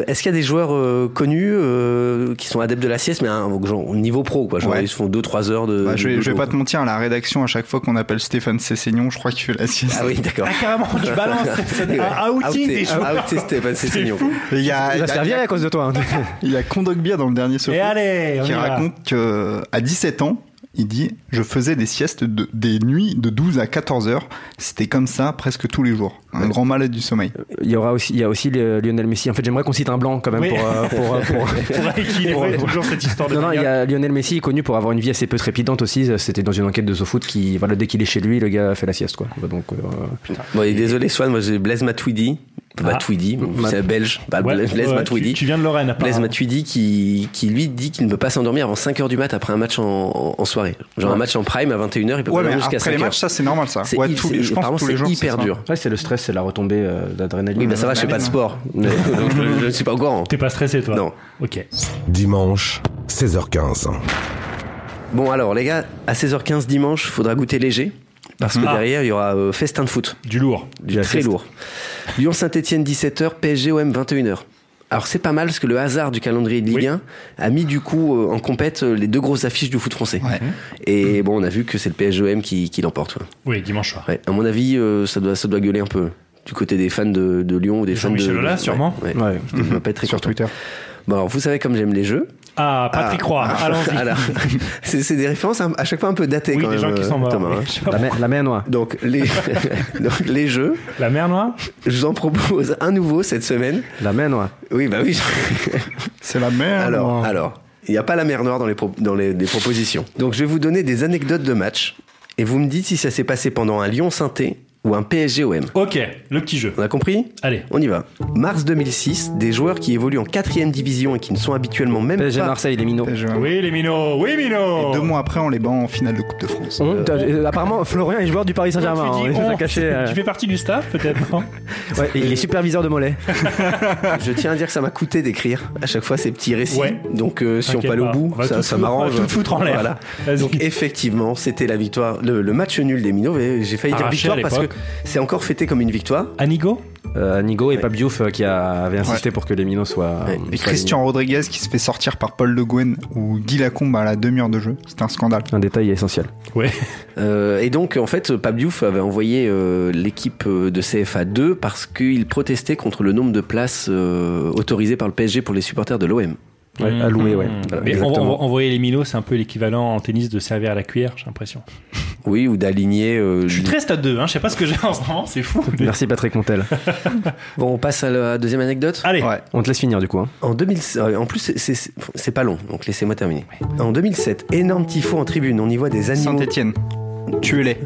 [SPEAKER 2] Euh, Est-ce qu'il y a des joueurs euh, connus euh, qui sont adeptes de la sieste, mais à un genre, au niveau pro quoi, genre,
[SPEAKER 8] Ouais.
[SPEAKER 2] Ils se font 2-3 heures de.
[SPEAKER 8] Bah,
[SPEAKER 2] de-
[SPEAKER 8] je, vais,
[SPEAKER 2] de
[SPEAKER 8] je
[SPEAKER 2] jeu,
[SPEAKER 8] vais pas
[SPEAKER 2] quoi.
[SPEAKER 8] te mentir, à la rédaction, à chaque fois qu'on appelle Stéphane Cessignon, je crois qu'il fait la sieste.
[SPEAKER 2] Ah oui, d'accord.
[SPEAKER 1] Ah, carrément, tu balances.
[SPEAKER 2] (laughs)
[SPEAKER 1] c'est un outing des joueurs.
[SPEAKER 2] Outé Stéphane Cessignon.
[SPEAKER 8] Il y a,
[SPEAKER 9] Il
[SPEAKER 8] il y
[SPEAKER 9] va se
[SPEAKER 8] a,
[SPEAKER 9] faire virer à cause de toi. hein.
[SPEAKER 8] il y a Kondogbia dans le dernier
[SPEAKER 1] Et
[SPEAKER 8] Sophie
[SPEAKER 1] allez, on y
[SPEAKER 8] qui
[SPEAKER 1] va.
[SPEAKER 8] raconte que à 17 ans, il dit Je faisais des siestes de- des nuits de 12 à 14 heures. C'était comme ça presque tous les jours. Un grand malade du sommeil.
[SPEAKER 9] Il y aura aussi, il y a aussi le- Lionel Messi. En fait, j'aimerais qu'on cite un blanc quand même
[SPEAKER 1] Oui.
[SPEAKER 9] pour, euh, pour, euh, pour-
[SPEAKER 1] (laughs) Pour équilibrer
[SPEAKER 9] Pour-
[SPEAKER 1] toujours cette histoire de
[SPEAKER 9] Non, non, il y
[SPEAKER 1] bagarre.
[SPEAKER 9] a Lionel Messi connu pour avoir une vie assez peu trépidante aussi. C'était dans une enquête de SoFoot qui, voilà, dès qu'il est chez lui, le gars fait la sieste quoi. Donc euh,
[SPEAKER 2] Bon, et désolé Swan, moi j'ai Blaise Matuidi. Matuidi,
[SPEAKER 1] Ma-
[SPEAKER 2] c'est belge, bah,
[SPEAKER 1] Ah. Ouais,
[SPEAKER 2] Blaise
[SPEAKER 1] ouais,
[SPEAKER 2] Matuidi.
[SPEAKER 1] tu- tu viens de Lorraine, apparemment.
[SPEAKER 2] Blaise Matuidi qui, qui lui dit qu'il ne peut pas s'endormir avant 5h du mat après un match en, en- en soirée. Genre
[SPEAKER 8] Ouais.
[SPEAKER 2] un match en prime à 21h, il peut
[SPEAKER 8] Ouais,
[SPEAKER 2] pas
[SPEAKER 8] mais
[SPEAKER 2] dormir jusqu'à 5h.
[SPEAKER 8] après les matchs, ça, c'est normal, ça. Ouais, tous les- je pense
[SPEAKER 2] apparemment,
[SPEAKER 8] tous les
[SPEAKER 2] c'est
[SPEAKER 8] jours, c'est
[SPEAKER 2] hyper
[SPEAKER 8] ça.
[SPEAKER 2] dur.
[SPEAKER 9] Ouais, c'est le stress, c'est la retombée euh, d'adrénaline.
[SPEAKER 2] Oui, bah ça va, je fais pas de sport.
[SPEAKER 9] (laughs)
[SPEAKER 2] Donc, je- je ne suis pas au courant.
[SPEAKER 1] T'es pas stressé, toi
[SPEAKER 2] Non.
[SPEAKER 1] Ok.
[SPEAKER 3] Dimanche, 16h15.
[SPEAKER 2] Bon, alors, les gars, à 16h15 dimanche, faudra goûter léger. Parce que
[SPEAKER 1] Ah.
[SPEAKER 2] derrière, il y aura euh, festin de foot.
[SPEAKER 1] Du lourd.
[SPEAKER 2] Du très lourd. Lyon-Saint-Etienne, 17h. PSG-OM, 21h. Alors, c'est pas mal parce que le hasard du calendrier de Ligue 1 a mis du coup euh, en compète euh, les deux grosses affiches du foot français. Et bon, on a vu que c'est le PSG-OM qui, qui l'emporte. ouais.
[SPEAKER 1] Oui, dimanche soir.
[SPEAKER 2] Ouais, à mon avis, euh, ça, doit, ça doit gueuler un peu du côté des fans de, de Lyon ou des fans de.
[SPEAKER 1] Jean-Michel Aulas,
[SPEAKER 2] ouais,
[SPEAKER 1] sûrement.
[SPEAKER 2] Ouais, Je dois pas être très (laughs) Sur Twitter. Bon, alors, vous savez, comme j'aime les jeux. ah,
[SPEAKER 1] Ah, Patrick Roy, allons-y.
[SPEAKER 2] alors, (laughs) c'est c'est des références à, à chaque fois un peu datées
[SPEAKER 1] Oui,
[SPEAKER 2] quand
[SPEAKER 1] des
[SPEAKER 2] même.
[SPEAKER 1] gens qui
[SPEAKER 2] euh,
[SPEAKER 1] sont morts,
[SPEAKER 2] Thomas,
[SPEAKER 1] oui.
[SPEAKER 2] hein.
[SPEAKER 1] Je sais pas La mer-
[SPEAKER 9] noire.
[SPEAKER 2] Donc les, (laughs) donc les jeux.
[SPEAKER 1] La mer noire
[SPEAKER 2] Je vous en propose un nouveau cette semaine.
[SPEAKER 9] La mer noire.
[SPEAKER 2] Oui, bah oui.
[SPEAKER 8] C'est la mer
[SPEAKER 2] Alors, alors, il n'y a pas la mer noire dans, les, pro- dans les, les propositions. Donc je vais vous donner des anecdotes de match et vous me dites si ça s'est passé pendant un Lyon Synthé ou un PSG-OM.
[SPEAKER 1] Ok, le petit jeu.
[SPEAKER 2] On a compris
[SPEAKER 1] Allez.
[SPEAKER 2] On y va. Mars 2006, des joueurs qui évoluent en 4 division et qui ne sont habituellement même
[SPEAKER 9] PSG
[SPEAKER 2] pas...
[SPEAKER 9] Marseille, les minots.
[SPEAKER 1] Oui, les minots, oui, minots
[SPEAKER 8] Deux mois après, on les bat en finale de Coupe de France.
[SPEAKER 9] On- t'as- euh, apparemment, Florian est joueur du Paris Saint-Germain.
[SPEAKER 1] Tu
[SPEAKER 9] hein,
[SPEAKER 1] dis,
[SPEAKER 9] il s'est
[SPEAKER 1] oh,
[SPEAKER 9] caché, euh,
[SPEAKER 1] tu fais partie du staff, peut-être non
[SPEAKER 9] ouais, il est superviseur de Mollet.
[SPEAKER 2] Euh, (laughs) Je tiens à dire que ça m'a coûté d'écrire à chaque fois ces petits récits.
[SPEAKER 1] Ouais.
[SPEAKER 2] Donc euh, si on
[SPEAKER 1] T'inquiète
[SPEAKER 2] pas au
[SPEAKER 1] pas,
[SPEAKER 2] bout,
[SPEAKER 1] on va
[SPEAKER 2] ça,
[SPEAKER 1] tout
[SPEAKER 2] ça
[SPEAKER 1] foutre-
[SPEAKER 2] m'arrange.
[SPEAKER 1] on va tout foutre en l'air.
[SPEAKER 2] Voilà.
[SPEAKER 1] Vas-y.
[SPEAKER 2] Donc effectivement, c'était la victoire, le, le match nul des Minots. mais J'ai failli dire
[SPEAKER 1] Arraché
[SPEAKER 2] victoire
[SPEAKER 1] à
[SPEAKER 2] parce que
[SPEAKER 1] l'époque.
[SPEAKER 2] c'est encore fêté comme une victoire.
[SPEAKER 1] Anigo
[SPEAKER 9] Euh, Nigo et Pabiouf euh, qui a- avait insisté pour que les minots
[SPEAKER 1] Ah,
[SPEAKER 9] soient. soient
[SPEAKER 8] Et Christian Rodriguez qui se fait sortir par Paul Le Guen ou Guy Lacombe à la demi-heure de jeu. C'était un scandale.
[SPEAKER 9] Un détail essentiel.
[SPEAKER 1] Ouais.
[SPEAKER 2] Euh, et donc en fait, Pabdiouf avait envoyé euh, l'équipe euh, de CFA 2 parce qu'il protestait contre le nombre de places euh, autorisées par le PSG pour les supporters de l'OM.
[SPEAKER 9] Ouais, alloué, ouais. Voilà,
[SPEAKER 1] Hmm. Mais on,
[SPEAKER 9] exactement.
[SPEAKER 1] on- envoyer les minots, c'est un peu l'équivalent en tennis de servir à la cuillère, j'ai l'impression.
[SPEAKER 2] Oui, ou d'aligner. euh,
[SPEAKER 1] Je suis
[SPEAKER 2] les-
[SPEAKER 1] très stade 2, hein, je sais pas ce que j'ai en ce moment, c'est fou.
[SPEAKER 9] Merci Patrick Montel.
[SPEAKER 2] Bon, on passe à la deuxième anecdote.
[SPEAKER 1] Allez,
[SPEAKER 9] On te laisse finir du coup. hein.
[SPEAKER 2] En 2000, euh, en plus c'est- c'est c'est pas long, donc laissez-moi terminer. En 2007, énorme tifo en tribune, on y voit des animaux.
[SPEAKER 8] Saint-Etienne. Tuez-les.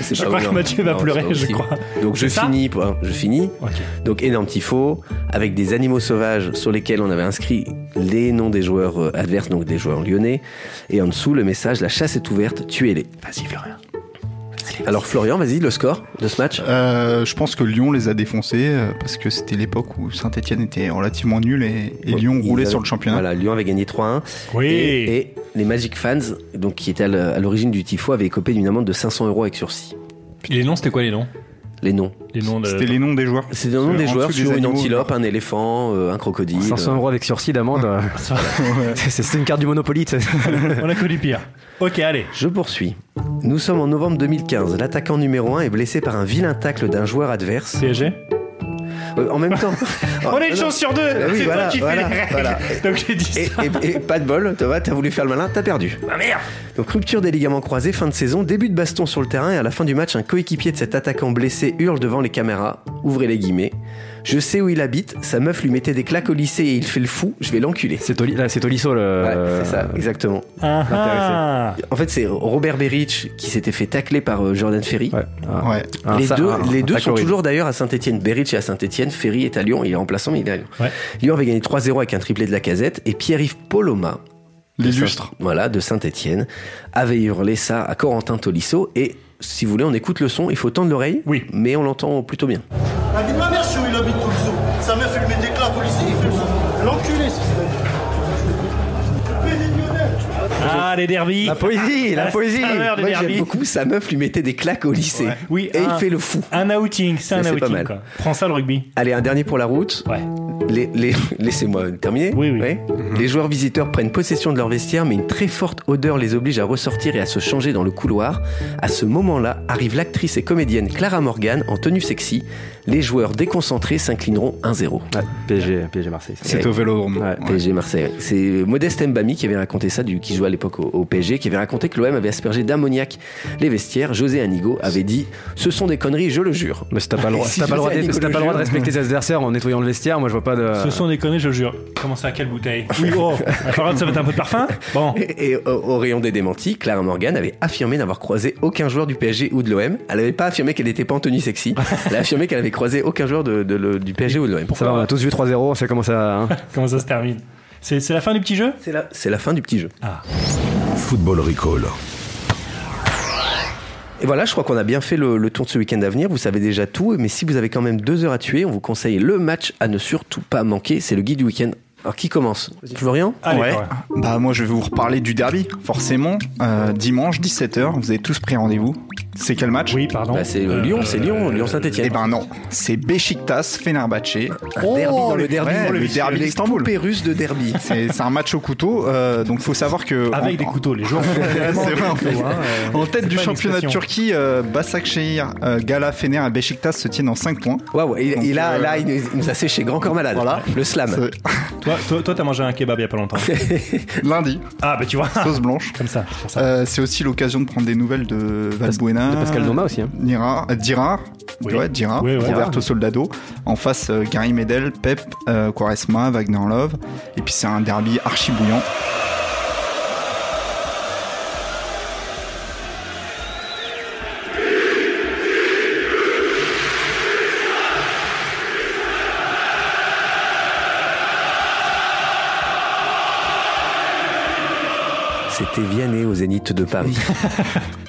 [SPEAKER 2] C'est
[SPEAKER 1] je
[SPEAKER 2] pas
[SPEAKER 1] crois
[SPEAKER 2] vrai,
[SPEAKER 1] que
[SPEAKER 2] non.
[SPEAKER 1] Mathieu va
[SPEAKER 2] Non,
[SPEAKER 1] pleurer,
[SPEAKER 2] c'est pas
[SPEAKER 1] je
[SPEAKER 2] possible.
[SPEAKER 1] crois.
[SPEAKER 2] Donc je
[SPEAKER 1] C'est ça
[SPEAKER 2] finis, hein, je finis.
[SPEAKER 1] Ok.
[SPEAKER 2] Donc énorme tifo avec des animaux sauvages sur lesquels on avait inscrit les noms des joueurs euh, adverses, donc des joueurs lyonnais, et en dessous le message la chasse est ouverte, tuez-les.
[SPEAKER 1] Vas-y, Florian.
[SPEAKER 2] Alors Florian, vas-y le score de ce match.
[SPEAKER 8] Euh, je pense que Lyon les a défoncés euh, parce que c'était l'époque où Saint-Etienne était relativement nul et, et Lyon
[SPEAKER 2] Ils
[SPEAKER 8] roulait
[SPEAKER 2] avaient-
[SPEAKER 8] sur le championnat.
[SPEAKER 2] Voilà, Lyon avait gagné 3-1.
[SPEAKER 1] Oui.
[SPEAKER 2] Et, et les Magic Fans, donc qui étaient à l'- à l'origine du tifo, avaient écopé d'une amende de 500 euros avec sursis.
[SPEAKER 1] Les noms, c'était quoi les noms
[SPEAKER 2] Les noms.
[SPEAKER 1] Les noms de...
[SPEAKER 8] C'était les noms des joueurs.
[SPEAKER 2] C'est le nom
[SPEAKER 8] Euh,
[SPEAKER 2] des
[SPEAKER 8] en
[SPEAKER 2] joueurs
[SPEAKER 8] dessous des
[SPEAKER 2] sur une
[SPEAKER 8] animaux.
[SPEAKER 2] antilope, un éléphant, euh, un crocodile.
[SPEAKER 9] 500 euros avec sursis
[SPEAKER 2] (laughs)
[SPEAKER 9] d'amende. euh, (laughs) c'est- c'est c'est une carte du Monopoly. tu sais.
[SPEAKER 1] On a connu pire. Ok, allez.
[SPEAKER 2] Je poursuis. Nous sommes en novembre 2015. L'attaquant numéro 1 est blessé par un vilain tacle d'un joueur adverse.
[SPEAKER 1] PSG
[SPEAKER 2] Euh, en même
[SPEAKER 8] (laughs)
[SPEAKER 2] temps.
[SPEAKER 1] On a
[SPEAKER 2] Non,
[SPEAKER 1] une
[SPEAKER 2] non.
[SPEAKER 1] chance sur deux
[SPEAKER 2] Ah oui,
[SPEAKER 1] C'est
[SPEAKER 2] voilà,
[SPEAKER 1] toi qui fais
[SPEAKER 2] voilà,
[SPEAKER 1] les règles
[SPEAKER 2] voilà.
[SPEAKER 1] Donc j'ai dit ça.
[SPEAKER 2] Et, et- et pas de bol, Thomas, t'as voulu faire le malin, t'as perdu.
[SPEAKER 1] Ah merde
[SPEAKER 2] Donc rupture des ligaments croisés, fin de saison, début de baston sur le terrain et à la fin du match, un coéquipier de cet attaquant blessé hurle devant les caméras. Ouvrez les guillemets. Je sais où il habite, sa meuf lui mettait des claques au lycée et il fait le fou, je vais l'enculer.
[SPEAKER 9] C'est Toli- là, c'est Tolisso le.
[SPEAKER 2] Ouais, c'est ça, exactement.
[SPEAKER 1] Ah ah.
[SPEAKER 2] En fait, c'est Robert Beric qui s'était fait tacler par euh, Jordan Ferry.
[SPEAKER 9] Ouais. Ah.
[SPEAKER 8] Ouais.
[SPEAKER 9] Ah,
[SPEAKER 2] les
[SPEAKER 9] ça,
[SPEAKER 2] deux,
[SPEAKER 9] un-
[SPEAKER 2] les
[SPEAKER 9] un
[SPEAKER 2] deux
[SPEAKER 9] tacle
[SPEAKER 2] sont
[SPEAKER 9] horrible.
[SPEAKER 2] toujours d'ailleurs à Saint-Etienne. Beric est à Saint-Etienne, Ferry est à Lyon, il est remplaçant, mais il est à Lyon.
[SPEAKER 1] Ouais.
[SPEAKER 2] Lyon avait gagné 3-0 avec un triplé de la casette, et Pierre-Yves Poloma,
[SPEAKER 8] L'illustre.
[SPEAKER 2] voilà, de Saint-Etienne, avait hurlé ça à Corentin Tolisso, et si vous voulez, on écoute le son, il faut tendre l'oreille,
[SPEAKER 1] Oui.
[SPEAKER 2] mais on l'entend plutôt bien.
[SPEAKER 12] La vie de ma mère, je suis Ah, où il habite tout le zoo. Sa mère fait le mettre des claques au lycée, il fait le zoo. L'enculé, ce qu'il a dit. Béni Lionel.
[SPEAKER 1] Ah, les derbies (laughs)
[SPEAKER 9] La poésie, la poésie.
[SPEAKER 1] saveur des
[SPEAKER 2] Moi, j'aime
[SPEAKER 1] derbies.
[SPEAKER 2] beaucoup, sa meuf lui mettait des claques au lycée,
[SPEAKER 1] Oui, ah.
[SPEAKER 2] et
[SPEAKER 1] un-
[SPEAKER 2] il fait le fou.
[SPEAKER 1] Un outing, c'est un
[SPEAKER 2] Mais c'est pas
[SPEAKER 1] outing.
[SPEAKER 2] mal.
[SPEAKER 1] Quoi. Prends ça le rugby.
[SPEAKER 2] Allez, un dernier pour la route.
[SPEAKER 1] Ouais.
[SPEAKER 2] Les- les- (laughs) Laissez-moi terminer.
[SPEAKER 1] Oui, oui.
[SPEAKER 2] Ouais. Les joueurs visiteurs prennent possession de leur vestiaire, mais une très forte odeur les oblige à ressortir et à se changer dans le couloir. À ce moment-là, arrive l'actrice et comédienne Clara Morgan en tenue sexy. Les joueurs déconcentrés s'inclineront 1-0.
[SPEAKER 9] PSG, Marseille.
[SPEAKER 2] Ouais. Ouais, PSG Marseille. ouais. C'est Modeste Mbami qui avait raconté ça, du, qui jouait à l'époque au, au PSG, qui avait raconté que l'OM avait aspergé d'ammoniac les vestiaires. José Anigo avait dit Ce sont des conneries, je le jure.
[SPEAKER 9] Mais si t'as pas le droit,
[SPEAKER 2] Si
[SPEAKER 9] t'as pas le droit,
[SPEAKER 2] José
[SPEAKER 9] de-
[SPEAKER 2] Anigo
[SPEAKER 9] t'as
[SPEAKER 2] le
[SPEAKER 9] pas le droit de
[SPEAKER 2] jure.
[SPEAKER 9] respecter tes adversaires en nettoyant le vestiaire. Moi, je vois pas
[SPEAKER 2] Euh.
[SPEAKER 1] Ce
[SPEAKER 9] de.
[SPEAKER 1] sont des conneries, je le jure. Comment ça, quelle bouteille Oui, oh, (laughs) la parole, ça va être un peu de parfum Bon.
[SPEAKER 2] Et, et au, au rayon des démentis, Clara Morgan avait affirmé n'avoir croisé aucun joueur du PSG ou de l'OM. Elle n'avait pas affirmé qu'elle n'était pas en tenue sexy. Elle a affirmé qu'elle avait croisé aucun joueur de- de le- du PSG ou de l'OM.
[SPEAKER 9] Ça va, on a tous vu 3-0, on sait comment ça. hein.
[SPEAKER 1] Comment ça se termine C'est c'est la fin du petit jeu
[SPEAKER 2] C'est la, c'est la fin du petit jeu.
[SPEAKER 3] Football Recall.
[SPEAKER 2] Et voilà, je crois qu'on a bien fait le, le tour de ce week-end à venir. Vous savez déjà tout, mais si vous avez quand même deux heures à tuer, on vous conseille le match à ne surtout pas manquer. C'est le guide du week-end. Alors qui commence Florian
[SPEAKER 1] Ah,
[SPEAKER 8] ouais. Bah moi je vais vous reparler du derby, forcément. Euh, dimanche 17h, vous avez tous pris rendez-vous. C'est quel match
[SPEAKER 1] Oui, pardon.
[SPEAKER 2] Bah, c'est euh, Lyon, c'est Lyon, Lyon Saint-Étienne.
[SPEAKER 8] Eh ben non, c'est Besiktas Fenerbahçe.
[SPEAKER 2] Un derby dans le derby.
[SPEAKER 8] ouais, Oh, le
[SPEAKER 2] Les
[SPEAKER 8] derby d'Istanbul.
[SPEAKER 2] poupées russes de derby.
[SPEAKER 8] (laughs) C'est c'est un match au couteau, euh, donc faut savoir que
[SPEAKER 1] Avec des couteaux, les (laughs) joueurs.
[SPEAKER 8] Ouais, c'est
[SPEAKER 1] Vraiment,
[SPEAKER 8] vrai, en,
[SPEAKER 1] des
[SPEAKER 8] fait.
[SPEAKER 1] couteaux, hein, euh,
[SPEAKER 8] En
[SPEAKER 1] c'est
[SPEAKER 8] tête du
[SPEAKER 1] pas une
[SPEAKER 8] championnat de
[SPEAKER 1] expression.
[SPEAKER 8] Turquie, euh, Başakşehir, euh, Gala, Fener et Beşiktaş se tiennent en 5 points.
[SPEAKER 2] Waouh, et,
[SPEAKER 8] Donc,
[SPEAKER 2] et là,
[SPEAKER 8] euh,
[SPEAKER 2] là, il nous, il nous a séché grand corps malade.
[SPEAKER 8] Voilà.
[SPEAKER 2] Le
[SPEAKER 1] Ah, bah.
[SPEAKER 2] slam.
[SPEAKER 1] Toi, toi, toi, t'as mangé un kebab il y a pas
[SPEAKER 9] (laughs)
[SPEAKER 1] longtemps.
[SPEAKER 8] (laughs) Lundi,
[SPEAKER 1] Ah, bah tu vois.
[SPEAKER 8] sauce blanche.
[SPEAKER 1] Comme ça. c'est pour ça.
[SPEAKER 8] Euh, c'est aussi l'occasion de prendre des nouvelles de Valbuena,
[SPEAKER 9] de Pascal Noma aussi, hein.
[SPEAKER 8] Nira- euh, Dirard,
[SPEAKER 1] Oui.
[SPEAKER 8] ouais, Dirard,
[SPEAKER 1] Oui, ouais.
[SPEAKER 8] Roberto Soldado. En face, euh, Gary Medel, Pep, euh, Quaresma, Wagner Love. Et puis c'est un derby archi bouillant.
[SPEAKER 2] C'était Vianney au Zénith de Paris.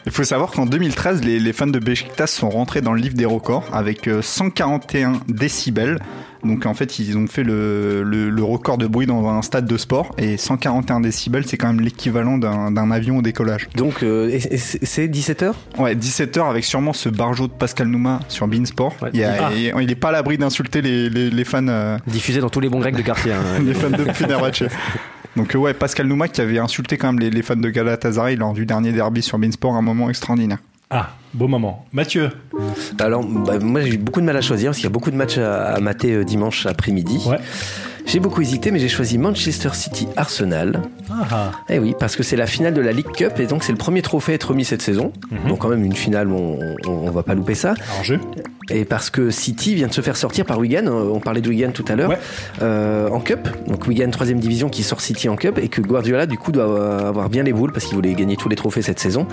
[SPEAKER 8] Il faut savoir qu'en 2013, les, les fans de Beşiktaş sont rentrés dans le livre des records avec euh, 141 décibels. Donc en fait, ils ont fait le, le- le record de bruit dans un stade de sport. Et 141 décibels, c'est quand même l'équivalent d'un d'un avion au décollage.
[SPEAKER 2] (laughs) Donc, euh, et- et c'est c'est 17h
[SPEAKER 8] Ouais, 17h avec sûrement ce barjot de Pascal Nouma sur Beansport. Il, y a-
[SPEAKER 9] Ah.
[SPEAKER 8] il- il est pas à l'abri d'insulter les, les- les fans, euh, (laughs)
[SPEAKER 9] Diffusé dans tous les bons grecs de quartier. hein.
[SPEAKER 8] les fans de Fenerbahçe. Donc euh, ouais, Pascal Nouma qui avait insulté quand même les, les fans de Galatasaray lors du dernier derby sur Beansport, un moment extraordinaire.
[SPEAKER 1] Ah, beau moment. Mathieu,
[SPEAKER 2] Alors, bah, moi j'ai eu beaucoup de mal à choisir parce qu'il y a beaucoup de matchs à, à mater euh, dimanche après-midi.
[SPEAKER 1] Ouais.
[SPEAKER 2] J'ai beaucoup hésité, mais j'ai choisi Manchester City Arsenal.
[SPEAKER 1] Ah.
[SPEAKER 2] Eh oui, parce que c'est la finale de la League Cup et donc c'est le premier trophée à être remis cette saison.
[SPEAKER 8] Mhm.
[SPEAKER 2] Donc, quand même, une finale, on, on, on va pas louper ça.
[SPEAKER 1] en jeu.
[SPEAKER 2] Et parce que City vient de se faire sortir par Wigan, euh, on parlait de Wigan tout à l'heure,
[SPEAKER 1] Ouais.
[SPEAKER 2] euh, en Cup. Donc Wigan 3 division qui sort City en Cup et que Guardiola du coup doit euh, avoir bien les boules parce qu'il voulait gagner tous les trophées cette saison.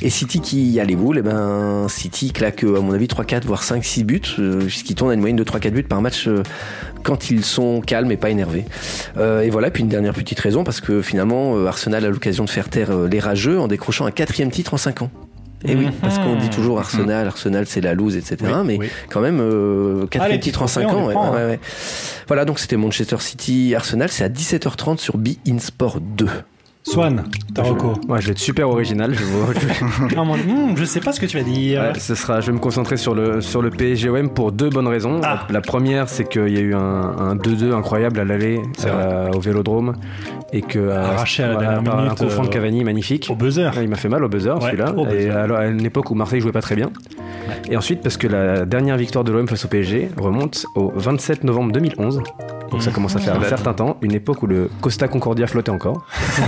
[SPEAKER 2] Et City qui a les boules, et ben City claque euh, à mon avis 3-4 voire 5-6 buts, euh, ce qui tourne à une moyenne de 3-4 buts par match euh, quand ils sont calmes et pas énervés. Euh, et voilà, puis une dernière petite raison parce que finalement euh, Arsenal a l'occasion de faire taire euh, les rageux en décrochant un quatrième titre en 5 ans. Et oui, parce qu'on dit toujours Arsenal, Arsenal c'est la loose, etc.
[SPEAKER 1] Mhm. Oui,
[SPEAKER 2] mais
[SPEAKER 1] oui.
[SPEAKER 2] quand même, euh,
[SPEAKER 1] Ah,
[SPEAKER 2] quatrième
[SPEAKER 1] les
[SPEAKER 2] titre en
[SPEAKER 1] titres
[SPEAKER 2] 5
[SPEAKER 1] français,
[SPEAKER 2] ans.
[SPEAKER 1] on les
[SPEAKER 2] ouais,
[SPEAKER 1] prend,
[SPEAKER 2] ouais,
[SPEAKER 1] hein.
[SPEAKER 2] ouais. Voilà, donc c'était Manchester City Arsenal, c'est à 17h30 sur Be In Sport 2.
[SPEAKER 1] Swan, Taroko.
[SPEAKER 9] Ouais, je vais être super original. Je vous- je vais-
[SPEAKER 1] (laughs) Ah, mon- hmm, je sais pas ce que tu vas dire.
[SPEAKER 9] Ouais, ce sera, je vais me concentrer sur le, sur le PSGOM pour deux bonnes raisons.
[SPEAKER 1] Ah.
[SPEAKER 9] La, la première, c'est qu'il y a eu un, un 2-2 incroyable à l'aller euh, au vélodrome et que euh,
[SPEAKER 1] Arraché à Ah, la
[SPEAKER 9] voilà,
[SPEAKER 1] dernière
[SPEAKER 9] par
[SPEAKER 1] minute,
[SPEAKER 9] un coup franc de
[SPEAKER 1] euh,
[SPEAKER 9] Cavani magnifique.
[SPEAKER 1] Au buzzer.
[SPEAKER 9] Ouais, Il m'a fait mal au buzzer
[SPEAKER 1] Ouais,
[SPEAKER 9] celui-là.
[SPEAKER 1] au
[SPEAKER 9] Et euh,
[SPEAKER 1] buzzer.
[SPEAKER 9] alors, à une époque où Marseille jouait pas très bien. Et ensuite, parce que la dernière victoire de l'OM face au PSG remonte au 27 novembre 2011. Donc ça commence à faire un certain temps, une époque où le Costa Concordia
[SPEAKER 1] (laughs)
[SPEAKER 9] flottait encore, (laughs)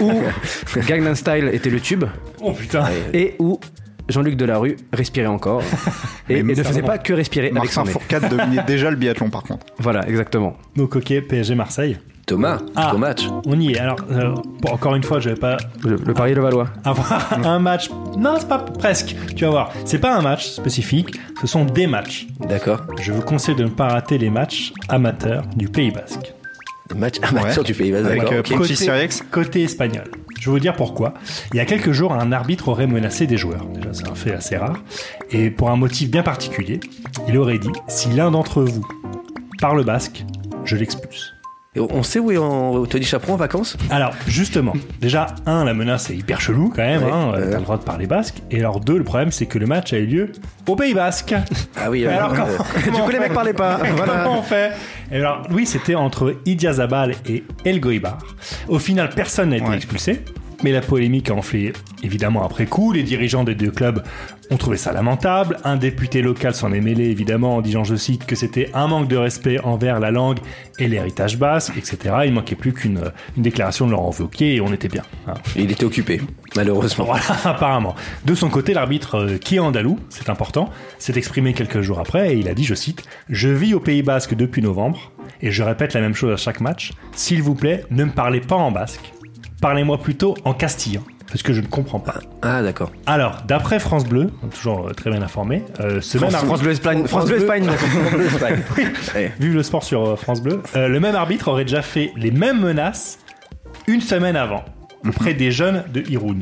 [SPEAKER 9] où Gangnam Style était le tube,
[SPEAKER 1] Oh putain.
[SPEAKER 9] et où Jean-Luc Delarue respirait encore et, et
[SPEAKER 8] Mais
[SPEAKER 9] ne
[SPEAKER 8] ça
[SPEAKER 9] faisait
[SPEAKER 8] monte.
[SPEAKER 9] pas que respirer avec
[SPEAKER 8] Marcin
[SPEAKER 9] son nez.
[SPEAKER 8] Fourcade dominait déjà le biathlon par contre.
[SPEAKER 9] Voilà, Ah, exactement.
[SPEAKER 1] Donc, ok, PSG Marseille.
[SPEAKER 2] Thomas,
[SPEAKER 1] Ah.
[SPEAKER 2] ton match.
[SPEAKER 1] On y est. Alors, euh, bon, encore une fois, je vais pas
[SPEAKER 9] Le, le Paris le Valois.
[SPEAKER 1] avoir (laughs) un match. Non, c'est pas presque. Tu vas voir. C'est pas un match spécifique. Ce sont des matchs.
[SPEAKER 2] D'accord.
[SPEAKER 1] Je vous conseille de ne pas rater les matchs amateurs du Pays Basque.
[SPEAKER 2] Le match amateur
[SPEAKER 8] Ouais.
[SPEAKER 2] du Pays Basque.
[SPEAKER 8] Avec
[SPEAKER 2] d'accord,
[SPEAKER 8] euh,
[SPEAKER 2] ok.
[SPEAKER 8] Ponchi
[SPEAKER 1] Côté-
[SPEAKER 8] Sirex.
[SPEAKER 1] Côté espagnol. Je vais vous dire pourquoi. Il y a quelques jours, un arbitre aurait menacé des joueurs. Déjà, c'est un fait assez rare. Et pour un motif bien particulier, il aurait dit si l'un d'entre vous parle basque, je l'expulse.
[SPEAKER 2] Et on sait où est en- Tony Chaperon en vacances
[SPEAKER 1] Alors, justement, déjà, un, la menace est hyper chelou quand même,
[SPEAKER 2] Ouais,
[SPEAKER 1] hein,
[SPEAKER 2] ouais.
[SPEAKER 1] t'as le droit de parler basque. Et alors, deux, le problème, c'est que le match a eu lieu au Pays Basque.
[SPEAKER 2] Ah oui,
[SPEAKER 1] Mais
[SPEAKER 2] euh,
[SPEAKER 1] alors,
[SPEAKER 2] euh,
[SPEAKER 1] comment- comment on fait
[SPEAKER 9] parlaient pas.
[SPEAKER 1] (laughs) Comment on fait Et alors, oui, c'était entre Idiazabal et El Goibar. Au final, personne n'a été
[SPEAKER 8] Ouais.
[SPEAKER 1] expulsé. mais la polémique a enflé évidemment après coup. Les dirigeants des deux clubs ont trouvé ça lamentable. Un député local s'en est mêlé évidemment en disant, je cite, que c'était un manque de respect envers la langue et l'héritage basque, etc. Il manquait plus qu'une euh, une déclaration de Laurent Wauquiez et on était bien. hein.
[SPEAKER 2] Il était occupé, malheureusement.
[SPEAKER 1] Voilà, (laughs) apparemment. De son côté, l'arbitre euh, qui est andalou, c'est important, s'est exprimé quelques jours après et il a dit, je cite, Je vis au Pays Basque depuis novembre et je répète la même chose à chaque match. S'il vous plaît, ne me parlez pas en basque. Parlez-moi plutôt en castillan, parce que je ne comprends pas.
[SPEAKER 2] Ah, d'accord.
[SPEAKER 1] Alors, d'après France Bleu, toujours euh, très bien informé, euh, ce
[SPEAKER 9] France,
[SPEAKER 1] même
[SPEAKER 9] France
[SPEAKER 1] arbitre-
[SPEAKER 9] Bleu Espagne. France Bleu Espagne. (laughs)
[SPEAKER 1] Oui. Vive le sport sur euh, France Bleu. Euh, le même arbitre aurait déjà fait les mêmes menaces une semaine avant,
[SPEAKER 9] Mhm.
[SPEAKER 1] auprès des jeunes de Irun.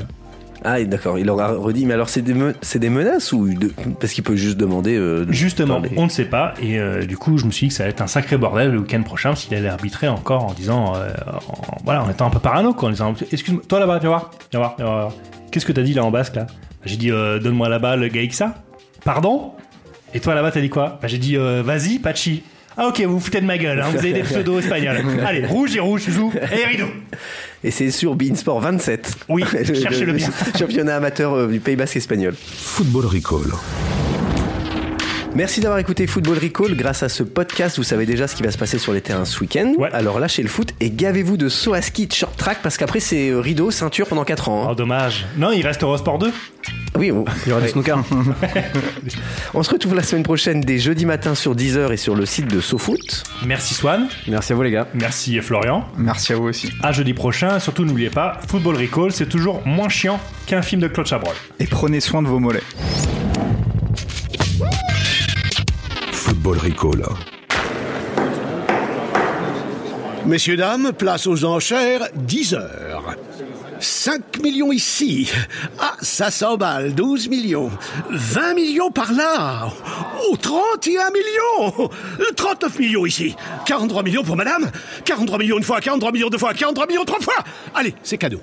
[SPEAKER 2] Ah, et d'accord, il aura redit. Mais alors, c'est des, me- c'est des menaces ou. de- Parce qu'il peut juste demander. euh, de-
[SPEAKER 1] Justement,
[SPEAKER 2] dans les-
[SPEAKER 1] on ne sait pas. Et euh, du coup, je me suis dit que ça allait être un sacré bordel le week-end prochain s'il allait arbitrer encore en disant, euh, en- voilà, en étant un peu parano, quoi, en disant, excuse-moi, toi là-bas, viens voir, viens voir, viens voir, viens voir. Qu'est-ce que t'as dit là en basque là J'ai dit, euh, donne-moi la balle, Gaïxa. Pardon Et toi là-bas, t'as dit quoi Bah, J'ai dit, euh, vas-y, Pachi. Ah ok, vous vous foutez de ma gueule, hein, vous avez des pseudos espagnols. Allez, rouge et rouge, zou, et rideau.
[SPEAKER 2] Et c'est sur Beansport 27.
[SPEAKER 1] Oui,
[SPEAKER 2] (laughs) Le- le
[SPEAKER 1] cherchez-le bien.
[SPEAKER 2] Championnat amateur euh, du Pays Basque espagnol.
[SPEAKER 3] Football Recall.
[SPEAKER 2] Merci d'avoir écouté Football Recall. Grâce à ce podcast, vous savez déjà ce qui va se passer sur les terrains ce week-end. Alors lâchez le foot et gavez-vous de saut à ski, de short track, parce qu'après c'est euh, rideau, ceinture pendant 4 ans. hein.
[SPEAKER 1] Oh dommage. Non, il reste Eurosport 2. Ah.
[SPEAKER 2] Oui, on...
[SPEAKER 9] il y aura du snooker.
[SPEAKER 2] (laughs) on se retrouve la semaine prochaine dès jeudi matin sur 10h et sur le site de SoFoot.
[SPEAKER 1] Merci Swan.
[SPEAKER 9] Merci à vous les gars.
[SPEAKER 1] Merci Florian.
[SPEAKER 8] Merci à vous aussi.
[SPEAKER 1] À jeudi prochain. Surtout, n'oubliez pas, Football Recall, c'est toujours moins chiant qu'un film de Claude Chabrol.
[SPEAKER 8] Et prenez soin de vos mollets.
[SPEAKER 3] Football Recall.
[SPEAKER 13] Messieurs, dames, place aux enchères, 10 heures. 5 millions ici. Ah, ça s'emballe, 12 millions. 20 millions par là. Oh, 31 millions. 39 millions ici. 43 millions pour madame. 43 millions une fois, 43 millions deux fois, 43 millions trois fois. Allez, c'est cadeau.